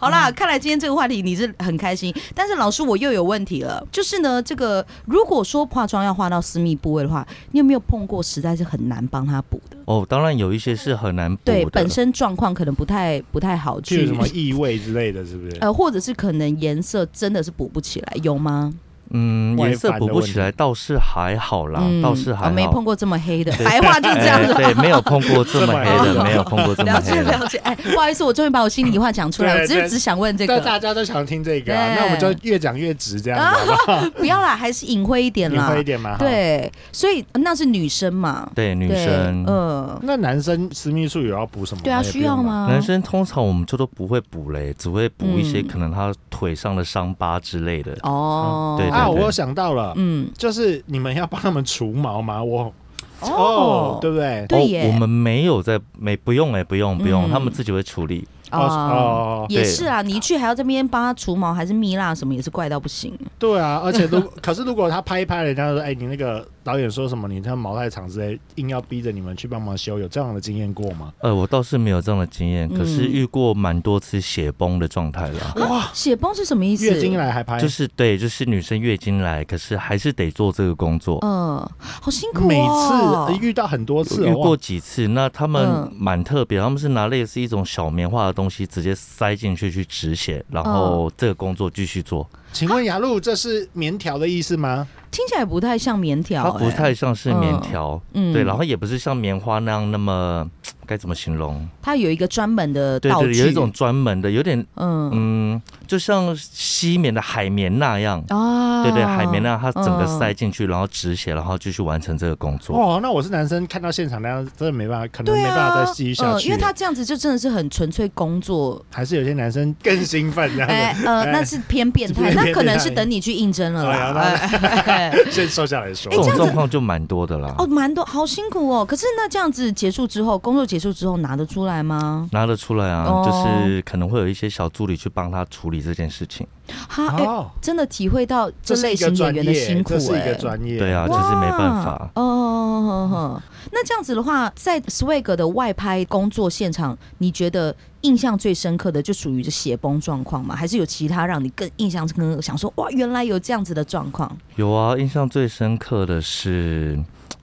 Speaker 1: 好
Speaker 2: 嗯
Speaker 1: 啦，看来今天这个话题你是很开心，但是老师我又有问题了，就是呢，这个如果说化妆要化到私密部位的话，你有没有碰过实在是很难帮他补的？
Speaker 2: 哦，当然有一些是很难补
Speaker 1: 对，
Speaker 2: 的
Speaker 1: 本。身状况可能不太不太好
Speaker 3: 具有
Speaker 1: 去
Speaker 3: 什。么异味之类的，是不是？
Speaker 1: 呃，或者是可能颜色真的是补不起来，有吗？
Speaker 2: 嗯，
Speaker 3: 外
Speaker 2: 颜色
Speaker 3: 翻
Speaker 2: 补
Speaker 3: 的
Speaker 2: 不
Speaker 3: 问
Speaker 2: 起
Speaker 3: 题
Speaker 2: 来倒是还好啦，倒是还
Speaker 1: 我嗯
Speaker 2: 好。
Speaker 1: 哦没碰过这么黑的，
Speaker 2: 对
Speaker 1: 白话就是这样
Speaker 2: 哎
Speaker 1: 子。
Speaker 2: 对，没有碰过
Speaker 3: 这
Speaker 2: 这么
Speaker 3: 么
Speaker 2: 黑
Speaker 1: 黑
Speaker 2: 的，没有碰过 这么
Speaker 1: 了解
Speaker 2: 黑的。
Speaker 1: 了解，哎，不好意思，我终于把我心里话讲出来，
Speaker 3: 对
Speaker 1: 我只是
Speaker 3: 对
Speaker 1: 只想问这
Speaker 3: 但
Speaker 1: 个，
Speaker 3: 大家都想听这个啊，
Speaker 1: 对
Speaker 3: 那我们就越讲越直，这样子好不好
Speaker 1: 不要啦，还是隐晦一点
Speaker 3: 你
Speaker 1: 啦
Speaker 3: 会一。点嘛？哈。
Speaker 1: 对，所以那是女生嘛，
Speaker 2: 对，女
Speaker 1: 对
Speaker 2: 生，
Speaker 1: 嗯，
Speaker 3: 那男生私密处有要补什么吗？
Speaker 1: 对啊，
Speaker 3: 也不
Speaker 1: 需
Speaker 3: 用
Speaker 1: 要
Speaker 3: 吧？
Speaker 1: 吗？
Speaker 2: 男生通常我们就都不会补嘞，只会补一些
Speaker 1: 嗯
Speaker 2: 可能他腿上的伤疤之类的。
Speaker 1: 哦，
Speaker 2: 嗯对对
Speaker 3: 啊，我有想到了，
Speaker 1: 嗯，
Speaker 3: 就是你们要帮他们除毛吗？我
Speaker 1: 哦，
Speaker 3: 对不对？
Speaker 1: 对
Speaker 2: 哦
Speaker 1: 耶
Speaker 2: 我们没有在没不用哎，不用不用，
Speaker 1: 嗯
Speaker 2: 他们自己会处理。
Speaker 1: 啊。
Speaker 3: 哦，
Speaker 1: 也
Speaker 2: 对
Speaker 1: 是啊，你一去还要这边帮他除毛，还是蜜蜡什么，也是怪到不行。
Speaker 3: 对啊，而且如 可是如果他拍一拍，人家说，哎，你那个导演说什么，你他毛太长之类，硬要逼着你们去帮忙修，有这样的经验过吗？
Speaker 2: 呃，我倒是没有这样的经验，可是
Speaker 1: 嗯
Speaker 2: 遇过蛮多次血崩的状态啦。
Speaker 3: 哇，
Speaker 1: 血崩是什么意思？
Speaker 3: 月经来还
Speaker 1: 哎
Speaker 3: 拍，
Speaker 2: 就是对，就是女生月经来，可是还是得做这个工作。
Speaker 1: 嗯，好辛苦哦。
Speaker 3: 每次呃遇到很多次
Speaker 2: 啊
Speaker 3: 哦，
Speaker 2: 有遇
Speaker 3: 哇
Speaker 2: 过几次，那他们
Speaker 1: 嗯
Speaker 2: 蛮特别，他们是拿类似一种小棉花的东西直接塞进去去止血，然
Speaker 1: 嗯
Speaker 2: 后这个工作继续做。
Speaker 3: 请问雅露，这是棉条的意思吗？
Speaker 1: 听起来不太像棉条、
Speaker 2: 它
Speaker 1: 哎，
Speaker 2: 不太像是棉
Speaker 1: 嗯
Speaker 2: 条，
Speaker 1: 嗯
Speaker 2: 对，然后也不是像棉花那样那么该怎么形容？
Speaker 1: 它有一个专门的
Speaker 2: 对
Speaker 1: 道具，
Speaker 2: 对，有一种专门的，有点
Speaker 1: 嗯
Speaker 2: 嗯，就像吸棉的海绵那样。
Speaker 1: 啊，
Speaker 2: 对对，海绵那样它整个
Speaker 1: 嗯
Speaker 2: 塞进去，然后止血，然后继续完成这个工作。
Speaker 3: 哦，那我是男生，看到现场那样，真的没办法，可能
Speaker 1: 对
Speaker 3: 没办法
Speaker 1: 啊，
Speaker 3: 再继续下
Speaker 1: 嗯，
Speaker 3: 去。
Speaker 1: 因为他这样子就真的是很纯粹工作，
Speaker 3: 还是有些男生更兴奋这样
Speaker 1: 哎
Speaker 3: 子，
Speaker 1: 呃，
Speaker 3: 哎
Speaker 1: 那是偏变态，
Speaker 3: 是偏
Speaker 1: 那可
Speaker 3: 变态
Speaker 1: 能是等你去应征了啦。哎
Speaker 3: 哎
Speaker 1: 哎哎哎
Speaker 3: 先瘦下来说
Speaker 2: 这。种状况就蛮多的啦。
Speaker 1: 哦，蛮多，好辛苦哦。可是那这样子结束之后，工作结束之后拿得出来吗？
Speaker 2: 拿得出来啊，
Speaker 1: 哦
Speaker 2: 就是可能会有一些小助理去帮他处理这件事情。
Speaker 1: 哈，哎、
Speaker 3: 哦，
Speaker 1: 真的体会到
Speaker 3: 这
Speaker 1: 类
Speaker 3: 是一
Speaker 1: 型演
Speaker 3: 个专
Speaker 1: 员的辛
Speaker 3: 业，
Speaker 1: 苦
Speaker 3: 这是一
Speaker 1: 哎、
Speaker 3: 个专业。
Speaker 2: 对啊，，就是没办法。
Speaker 1: 哦哦哦哦，那这样子的话，在 Swag 的外拍工作现场，你觉得印象最深刻的就属于这血崩状况吗？还是有其他让你更印象深刻，想说哇，原来有这样子的状况？
Speaker 2: 有啊，印象最深刻的是，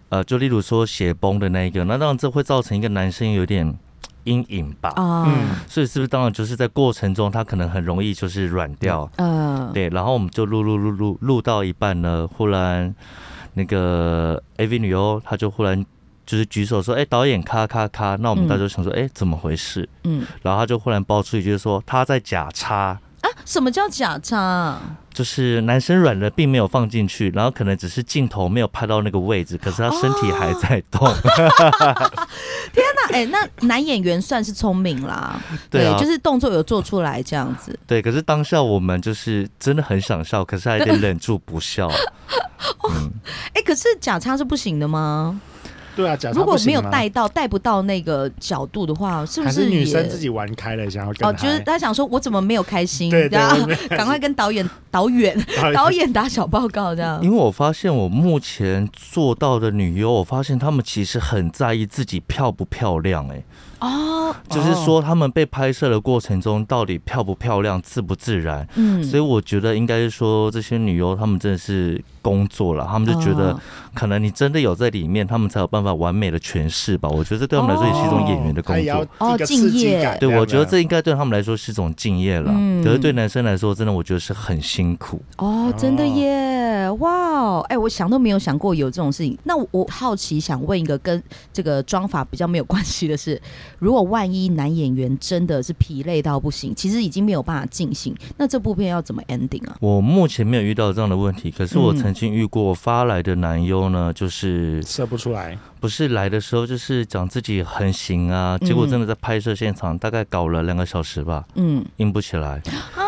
Speaker 2: 呃，就例如说血崩的那一个，那当然这会造成一个男生有点阴影吧。
Speaker 1: 啊、
Speaker 3: 嗯，
Speaker 2: 所以是不是当然就是在过程中，他可能很容易就是软掉，
Speaker 1: 呃，
Speaker 2: 对，然后我们就录录录录录到一半呢，忽然那个 AV 女优她就忽然就是举手说：“哎、导演咔咔咔！”那我
Speaker 1: 嗯
Speaker 2: 们大家就想说：“哎、怎么回事
Speaker 1: 嗯？”
Speaker 2: 然后她就忽然爆出一句说：“她在假插。”
Speaker 1: 啊，什么叫假叉？
Speaker 2: 就是男生软了，并没有放进去，然后可能只是镜头没有拍到那个位置，可是他
Speaker 1: 哦
Speaker 2: 身体还在 动。
Speaker 1: 那 哎、那男演员算是聪明啦，
Speaker 2: 对啊
Speaker 1: 就是动作有做出来这样子。
Speaker 2: 对，可是当下我们就是真的很想笑，可是还得忍住不笑。
Speaker 1: 哎、可是假叉是不行的吗？
Speaker 3: 对啊，假
Speaker 1: 如
Speaker 3: 如
Speaker 1: 果没有带到带不到那个角度的话，是不
Speaker 3: 还是女
Speaker 1: 也
Speaker 3: 生自己玩开了，想要跟哎
Speaker 1: 哦？就是他想说，我怎么没有开心？这
Speaker 3: 对对
Speaker 1: 样
Speaker 3: 我没
Speaker 1: 赶快跟导演导演导演打小报告，这 样
Speaker 2: 因为我发现我目前做到的女优，我发现她们其实很在意自己漂不漂亮、欸，
Speaker 1: 哦，
Speaker 2: 就是说她们被拍摄的过程中到底漂不漂亮、自不自然。
Speaker 1: 嗯，
Speaker 2: 所以我觉得应该是说，这些女优她们真的是工作了，她们就觉得
Speaker 1: 哦
Speaker 2: 可能你真的有在里面，她们才有办法完美的诠释吧。我觉得这对她们来说也是一种演员的工作。
Speaker 1: 哦敬业
Speaker 3: 啊
Speaker 2: 对，我觉得这应该对他们来说是一种敬业了。
Speaker 1: 嗯
Speaker 2: 可是对男生来说，真的我觉得是很辛苦。
Speaker 1: 哦，真的耶，哇哦，哎，我想都没有想过有这种事情。那我我好奇想问一个跟这个妆法比较没有关系的是，如果万一男演员真的是疲累到不行，其实已经没有办法进行，那这部片要怎么 ending 啊？
Speaker 2: 我目前没有遇到这样的问题，可是我
Speaker 1: 嗯
Speaker 2: 曾经遇过发来的男优呢，就是
Speaker 3: 射不出来，
Speaker 2: 不是来的时候就是讲自己很行啊，结果真的在拍摄现场大概搞了两个小时吧，
Speaker 1: 嗯，
Speaker 2: 硬不起来。
Speaker 1: 啊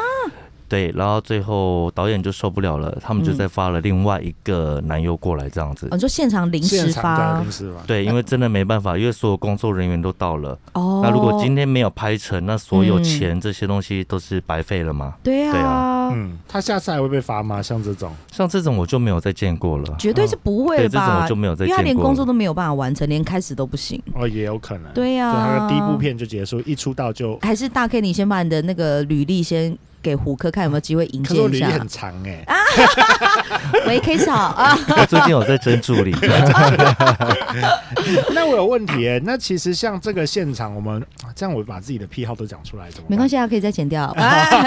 Speaker 2: 对，然后最后导演就受不了了，他们就
Speaker 1: 嗯
Speaker 2: 再发了另外一个男优过来这样子
Speaker 1: 哦。你说现场临时
Speaker 3: 现场的
Speaker 1: 发
Speaker 3: 临时发，
Speaker 2: 对，因为真的没办法，因为所有工作人员都到了。
Speaker 1: 哦，
Speaker 2: 那如果今天没有拍成，那所有
Speaker 1: 嗯
Speaker 2: 钱这些东西都是白费了吗？
Speaker 1: 对
Speaker 2: 对
Speaker 1: 啊，
Speaker 3: 嗯，他下次还会被罚吗？像这种，
Speaker 2: 像这种我就没有再见过了。
Speaker 1: 绝对是不会
Speaker 2: 对这种
Speaker 1: 吧
Speaker 2: 我就？没有再
Speaker 1: 因为
Speaker 2: 见
Speaker 1: 他
Speaker 2: 过了。
Speaker 1: 连工 作都没有办法完成，连开始都不行。
Speaker 3: 哦，也有可能，
Speaker 1: 对呀、
Speaker 3: 对，他
Speaker 1: 啊，
Speaker 3: 的第一部片就结束，一出道就，
Speaker 1: 还是大 K，你先把你的那个履历先给胡科看有没有机会迎
Speaker 3: 可是
Speaker 1: 接
Speaker 3: 我
Speaker 1: 一
Speaker 3: 履历
Speaker 1: 下
Speaker 3: 很。长哎，
Speaker 1: 喂，K 嫂 啊，
Speaker 2: 我最近有在争助理，
Speaker 3: 那我有问 题、欸，那其实像这个现场，我们这样我把自己的癖好都讲出来，怎么办
Speaker 1: 没关？系啊，可以再剪 掉。哎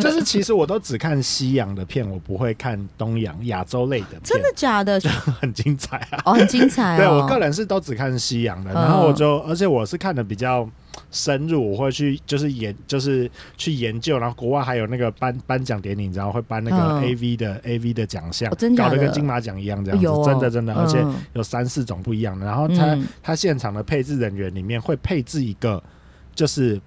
Speaker 3: 就是其实我都只看西洋的片，我不会看东洋、亚洲类的片，
Speaker 1: 真的假的？
Speaker 3: 很精彩啊！
Speaker 1: 哦，很精彩哦。
Speaker 3: 对我个人是都只看西洋
Speaker 1: 嗯
Speaker 3: 的，然后我就，而且我是看的比较深入，我会去就是研，就是去研究，然后国外还有那个颁颁奖典礼，你知道会颁那个
Speaker 1: 嗯
Speaker 3: A V 的 A V 的奖项
Speaker 1: 哦真，假
Speaker 3: 搞得跟
Speaker 1: 的
Speaker 3: 金马奖一样这样
Speaker 1: 有哦
Speaker 3: 子，真的真的，而且
Speaker 1: 嗯
Speaker 3: 有三四种不一样的，然后它
Speaker 1: 嗯
Speaker 3: 它现场的配置人员里面会配置一个，就是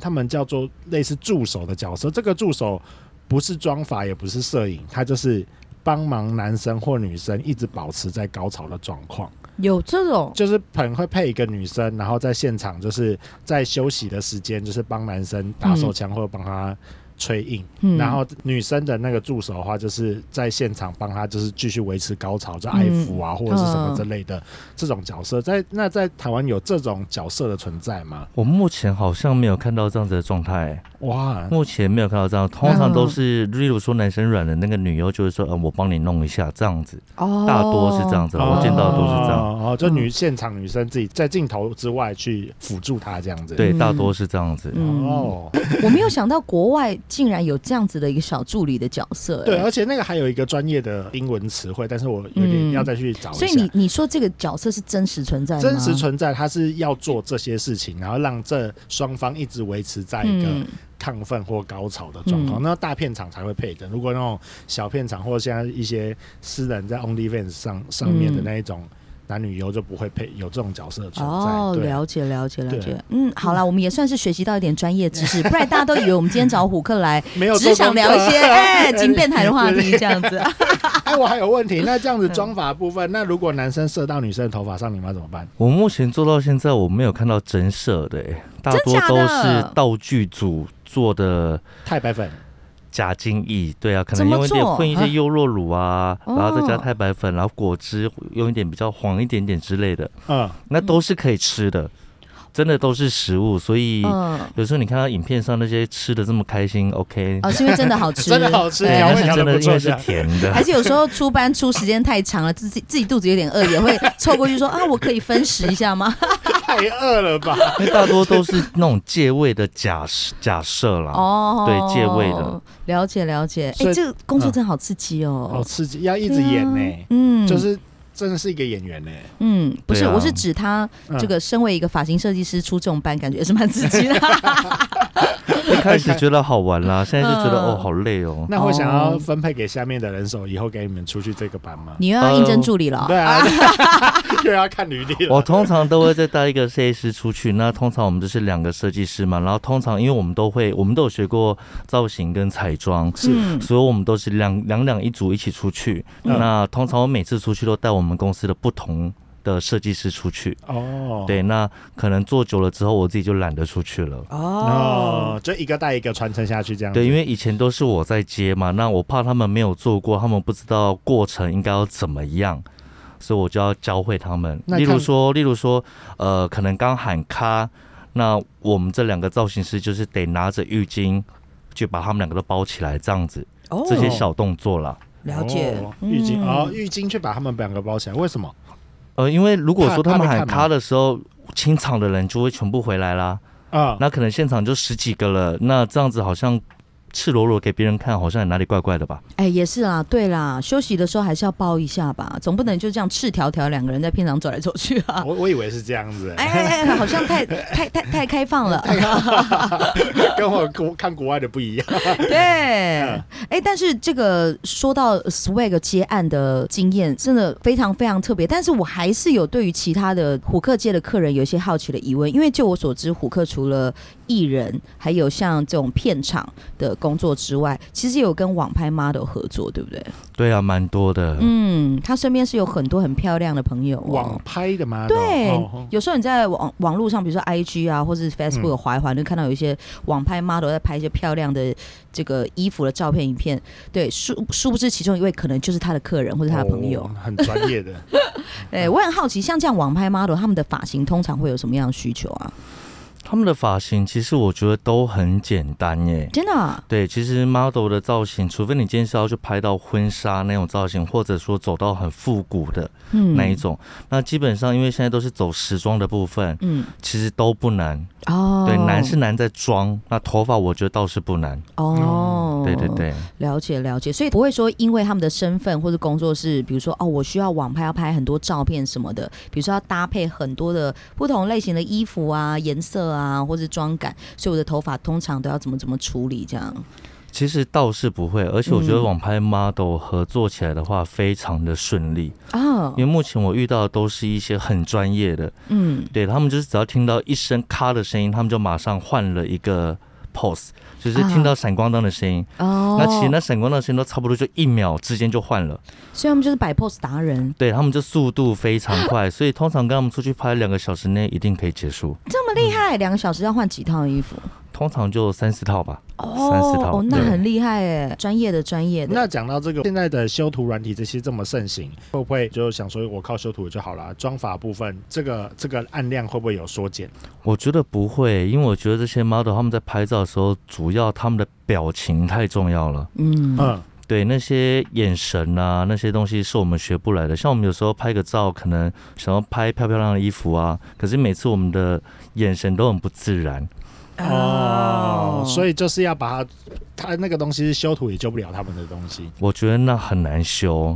Speaker 3: 他们叫做类似助手的角色。这个助手不是妆法，也不是摄影，他就是帮忙男生或女生一直保持在高潮的状况。
Speaker 1: 有这种
Speaker 3: 就是可能会配一个女生，然后在现场就是在休息的时间，就是帮男生打手枪或者帮他吹硬，
Speaker 1: 嗯
Speaker 3: 然后女生的那个助手的话，就是在现场帮他就是继续维持高潮，
Speaker 1: 嗯
Speaker 3: 就爱抚啊、或者是什么之类的、这种角色，在那在台湾有这种角色的存在吗？
Speaker 2: 我目前好像没有看到这样子的状态，
Speaker 3: 哇，
Speaker 2: 目前没有看到这样，通常都是，例如说男生软的那个女优，就是说，呃，我帮你弄一下这样子，
Speaker 1: 哦，
Speaker 2: 大多是这样子，
Speaker 1: 哦
Speaker 2: 我见到的都是这样，
Speaker 3: 哦，哦就
Speaker 1: 嗯
Speaker 3: 女、现场女生自己在镜头之外去辅助他这样子，
Speaker 2: 对，
Speaker 1: 嗯
Speaker 2: 大多是这样子。
Speaker 1: 嗯
Speaker 3: 哦。
Speaker 1: 我没有想到国外竟然有这样子的一个小助理的角色。哎
Speaker 3: 对，而且那个还有一个专业的英文词汇，但是我有点
Speaker 1: 嗯
Speaker 3: 要再去找一下。
Speaker 1: 所以你你说这个角色是真实存在的吗
Speaker 3: 真实存在，他是要做这些事情，然后让这双方一直维持在一个
Speaker 1: 嗯
Speaker 3: 亢奋或高潮的状况。
Speaker 1: 嗯
Speaker 3: 那大片场才会配的，如果那种小片场或者现在一些私人在 OnlyFans 上上面的
Speaker 1: 嗯
Speaker 3: 那一种男女优就不会配有这种角色的存在。
Speaker 1: 哦，
Speaker 3: 对
Speaker 1: 了解了解了
Speaker 3: 对
Speaker 1: 解，嗯，好啦，我们也算是学习到一点专业知识，不然大家都以为我们今天找虎克来，
Speaker 3: 没有
Speaker 1: 只
Speaker 3: 做
Speaker 1: 想
Speaker 3: 功
Speaker 1: 聊
Speaker 3: 课
Speaker 1: 一些哎金变态的话
Speaker 3: 对
Speaker 1: 题这样子。
Speaker 3: 哎，我还有问题，那这样子妆法 部分，那如果男生射到女生的头发上，你们要怎么办？
Speaker 2: 我目前做到现在，我没有看到真色的、欸大多
Speaker 1: 假的
Speaker 2: 都是道具组做的
Speaker 3: 太白粉
Speaker 2: 假精液，对啊，可
Speaker 1: 怎
Speaker 2: 能
Speaker 1: 么
Speaker 2: 用一点
Speaker 1: 做
Speaker 2: 混一些优酪乳啊，
Speaker 1: 啊
Speaker 2: 然后再加太白粉，然后果汁用一点比较黄一点点之类的，
Speaker 3: 嗯，
Speaker 2: 那都是可以吃的，真的都是食物，所以。
Speaker 1: 嗯，
Speaker 2: 有时候你看到影片上那些吃的这么开心，OK，
Speaker 1: 哦，是因为真的好吃，
Speaker 3: 真的好吃，
Speaker 2: 对，
Speaker 3: 调
Speaker 1: 啊
Speaker 2: 但
Speaker 3: 味
Speaker 2: 是
Speaker 3: 调
Speaker 2: 真
Speaker 3: 的
Speaker 2: 的
Speaker 3: 不
Speaker 2: 因
Speaker 3: 错，
Speaker 2: 为
Speaker 3: 这
Speaker 2: 是
Speaker 3: 样
Speaker 2: 甜的
Speaker 1: 而，且有时候出班出时间太长了，自己自己肚子有点饿，也会凑过去说啊，我可以分食一下吗？
Speaker 3: 太饿了吧？
Speaker 2: 因为大多都是那种借位的假假设 啦。
Speaker 1: 哦，
Speaker 2: 对借位的，
Speaker 1: 了解了解。
Speaker 3: 所
Speaker 1: 哎，
Speaker 3: 以
Speaker 1: 这个工作真好刺激哦
Speaker 3: 好，刺激，要一直演呢、
Speaker 1: 对啊嗯，
Speaker 3: 就是真的是一个演员呢、
Speaker 1: 嗯，不是，
Speaker 2: 对啊
Speaker 1: 我是指他
Speaker 3: 嗯
Speaker 1: 这个身为一个发型设计师出这种班，感觉也是蛮刺激的。
Speaker 2: 一开始觉得好玩啦，现在就觉得
Speaker 1: 嗯
Speaker 2: 哦好累哦。
Speaker 3: 那会想
Speaker 1: 哦
Speaker 3: 要分配给下面的人手，以后给你们出去这个班吗？
Speaker 1: 你又要应征助理了，
Speaker 3: 对啊， 又要看履历
Speaker 2: 我
Speaker 3: 了。
Speaker 2: 通常都会再带一个设计师出去，那通常我们就是两个设计师嘛，然后通常因为我们都会，我们都有学过造型跟彩妆，
Speaker 3: 呃
Speaker 1: 嗯，
Speaker 2: 所以我们都是两两两一组一起出去。
Speaker 3: 嗯
Speaker 2: 那通常我每次出去都带我们公司的不同的设计师出去。
Speaker 3: 哦，
Speaker 2: 对，那可能做久了之后，我自己就懒得出去了。
Speaker 1: 哦
Speaker 3: 哦，，就一个带一个传承下去这样子。
Speaker 2: 对，因为以前都是我在接嘛，那我怕他们没有做过，他们不知道过程应该要怎么样，所以我就要教会他们。
Speaker 3: 那
Speaker 2: 例如
Speaker 3: 看
Speaker 2: 说，例如说，呃，可能刚喊咔，那我们这两个造型师就是得拿着浴巾去把他们两个都包起来，这样子，
Speaker 1: 哦
Speaker 2: 这些小动作啦。
Speaker 1: 了解
Speaker 3: 哦浴巾
Speaker 1: 嗯
Speaker 3: 哦，浴巾却把他们两个包起来，为什么？
Speaker 2: 呃，因为如果
Speaker 3: 怕
Speaker 2: 说他
Speaker 3: 怕
Speaker 2: 们
Speaker 3: 被
Speaker 2: 喊
Speaker 3: 看吗
Speaker 2: 咔的时候，清场的人就会全部回来啦，
Speaker 3: 啊，
Speaker 2: 那可能现场就十几个了，那这样子好像赤裸裸给别人看，好像哪里怪怪的吧？
Speaker 3: 嗯
Speaker 1: 哎，也是啦，对啦，休息的时候还是要包一下吧，总不能就这样赤条条两个人在片场走来走去啊。
Speaker 3: 我我以为是这样子，
Speaker 1: 哎哎哎，好像 太太太太开放了，
Speaker 3: 跟我国看国外的不一样。
Speaker 1: 对，哎，但是这个说到 swag 接案的经验，真的非常非常特别。但是我还是有对于其他的虎克界的客人有一些好奇的疑问，因为就我所知，虎克除了艺人，还有像这种片场的工作之外，其实也有跟网拍 model 合作，对不对？
Speaker 2: 对啊，蛮多的。
Speaker 1: 嗯，他身边是有很多很漂亮的朋友、哦，
Speaker 3: 网拍的吗？
Speaker 1: 对
Speaker 3: 哦
Speaker 1: 有时候你在网网络上，比如说 IG 啊，或是
Speaker 2: 嗯
Speaker 1: Facebook 滑一滑，就看到有一些网拍 model 在拍一些漂亮的这个衣服的照片、影片。对，殊殊不知其中一位可能就是他的客人或者他的朋友
Speaker 3: 哦。很专 业的。
Speaker 1: 哎、
Speaker 2: 哦
Speaker 1: 我很好奇，像这样网拍 model 他们的发型通常会有什么样的需求啊？
Speaker 2: 他们的发型其实我觉得都很简单耶。
Speaker 1: 真的啊、
Speaker 2: 对，其实 model 的造型，除非你今天是要去拍到婚纱那种造型，或者说走到很复古的
Speaker 1: 嗯，
Speaker 2: 那一？种，那基本上因为现在都是走时装的部分，
Speaker 1: 嗯，
Speaker 2: 其实都不难。
Speaker 1: 哦，
Speaker 2: 对，难是难在妆，那头发我觉得倒是不难。
Speaker 1: 哦，
Speaker 2: 嗯对对，对，
Speaker 1: 了解了解，所以不会说因为他们的身份或者工作是，比如说哦，我需要网拍要拍很多照片什么的，比如说要搭配很多的不同类型的衣服啊、颜色啊，或是妆感，所以我的头发通常都要怎么怎么处理这样。
Speaker 2: 其实倒是不会，而且我觉得
Speaker 1: 嗯
Speaker 2: 网拍 model 合作起来的话，非常的顺利，
Speaker 1: 哦
Speaker 2: 因，为目前我遇到的都是一些很专业的，
Speaker 1: 嗯，
Speaker 2: 对他们就是只要听到一声咔的声音，他们就马上换了一个 pose，就是听到闪光灯的声音。
Speaker 1: 哦，
Speaker 2: 那其实那闪光灯的声音都差不多就一秒之间就换了，
Speaker 1: 所以他们就是摆 pose 达人，
Speaker 2: 对他们就速度非常快，所以通常跟他们出去拍两个小时内一定可以结束，
Speaker 1: 这么厉害，两个小时要换几套衣服？
Speaker 2: 通常就三四套吧。
Speaker 1: 哦
Speaker 2: 30套
Speaker 1: 哦，那
Speaker 2: 对
Speaker 1: 很厉害哎，专业的专业的。
Speaker 3: 那讲到这个，现在的修图软体这些这么盛行，会不会就想说我靠修图就好了？妆法部分，这个这个按量会不会有缩减？
Speaker 2: 我觉得不会，因为我觉得这些 model 他们在拍照的时候，主要他们的表情太重要了。
Speaker 1: 嗯
Speaker 3: 嗯，
Speaker 2: 对那些眼神啊，那些东西是我们学不来的。像我们有时候拍个照，可能想要拍漂漂亮亮的衣服啊，可是每次我们的眼神都很不自然。
Speaker 1: 啊
Speaker 3: 嗯哦，所
Speaker 1: 以
Speaker 3: 以就是要把它，它那个东西是修图也救不了他们的东西。
Speaker 2: 我觉得那很难 修。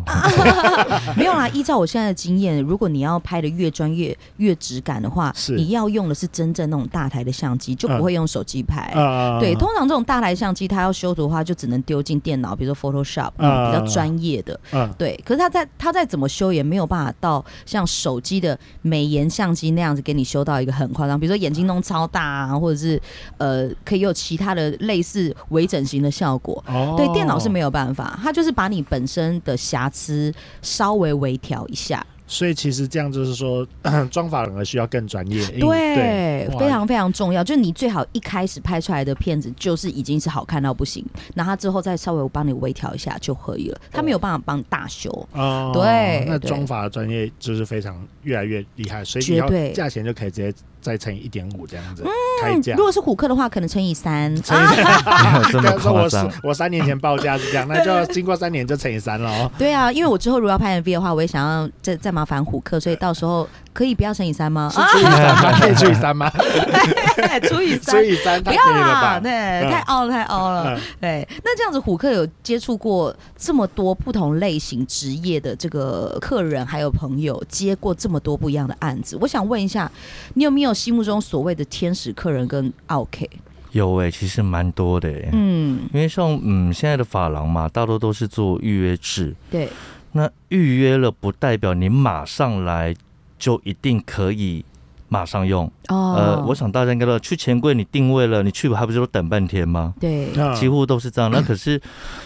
Speaker 1: 没有啦，依照我现在的经验，如果你要拍的越专业、越质感的话，
Speaker 3: 是
Speaker 1: 你要用的是真正那种大台的相机，就不会用手机拍。
Speaker 3: 呃
Speaker 1: 对，通常这种大台相机，它要修图的话，就只能丢进电脑，比如说 Photoshop，、
Speaker 3: 嗯
Speaker 1: 比较专业的。
Speaker 3: 嗯
Speaker 1: 对，可是它再它再怎么修，也没有办法到像手机的美颜相机那样子给你修到一个很夸张，比如说眼睛弄超大啊，或者是呃，可以有其他的类似微整形的效果。
Speaker 3: 哦
Speaker 1: 对，电脑是没有办法，它就是把你本身的瑕疵稍微微调一下。
Speaker 3: 所以其实这样就是说， 妆法反而需要更专业。因
Speaker 1: 对，
Speaker 3: 哇
Speaker 1: 非常非常重要。就是你最好一开始拍出来的片子就是已经是好看到不行，那它之后再稍微我帮你微调一下就可以了。它没有办法帮你大修，
Speaker 3: 哦，
Speaker 1: 对
Speaker 3: 那
Speaker 1: 对
Speaker 3: 妆法的专业就是非常越来越厉害，所以你
Speaker 1: 绝
Speaker 3: 要
Speaker 1: 对嗯
Speaker 3: 价钱就可以直接再乘以一点五这样子、开价
Speaker 1: 如。果是虎克的话，可能乘以三
Speaker 3: 乘以
Speaker 1: 啊。
Speaker 2: 没有 这么
Speaker 3: 刚说
Speaker 2: 夸
Speaker 3: 我是
Speaker 2: 张，
Speaker 3: 我三年前报价是 这样，那就经过三年就乘以三了哦。
Speaker 1: 对啊，因为我之后如果要拍 MV 的话，我也想要再再麻烦虎克，所以到时候可以不要乘以三吗？
Speaker 3: 是
Speaker 1: 啊，
Speaker 3: 除以三吗？ 可以除以三吗？
Speaker 1: 除以
Speaker 3: 除
Speaker 1: 三。
Speaker 3: 以三
Speaker 1: 不
Speaker 3: 太
Speaker 1: 要啊
Speaker 3: 可以了
Speaker 1: 啦，
Speaker 3: 吧？
Speaker 1: 对，
Speaker 3: 嗯
Speaker 1: 太凹了，太凹了。
Speaker 3: 嗯
Speaker 1: 对，那这样子，虎克有接触过这么多不同类型职业的这个客人，还有朋友，接过这么多不一样的案子。我想问一下，你有没有心目中所谓的天使客人跟 OK？
Speaker 2: 有诶、其实蛮多的、欸。
Speaker 1: 嗯，
Speaker 2: 因为像嗯现在的发廊嘛，大多都是做预约制。
Speaker 1: 对，
Speaker 2: 那预约了不代表你马上来就一定可以马上用。
Speaker 1: 哦，
Speaker 2: 呃，我想大家应该都去钱柜，你定位了，你去还不是都等半天吗？
Speaker 1: 对，
Speaker 3: 嗯
Speaker 2: 几乎都是这样。那可是，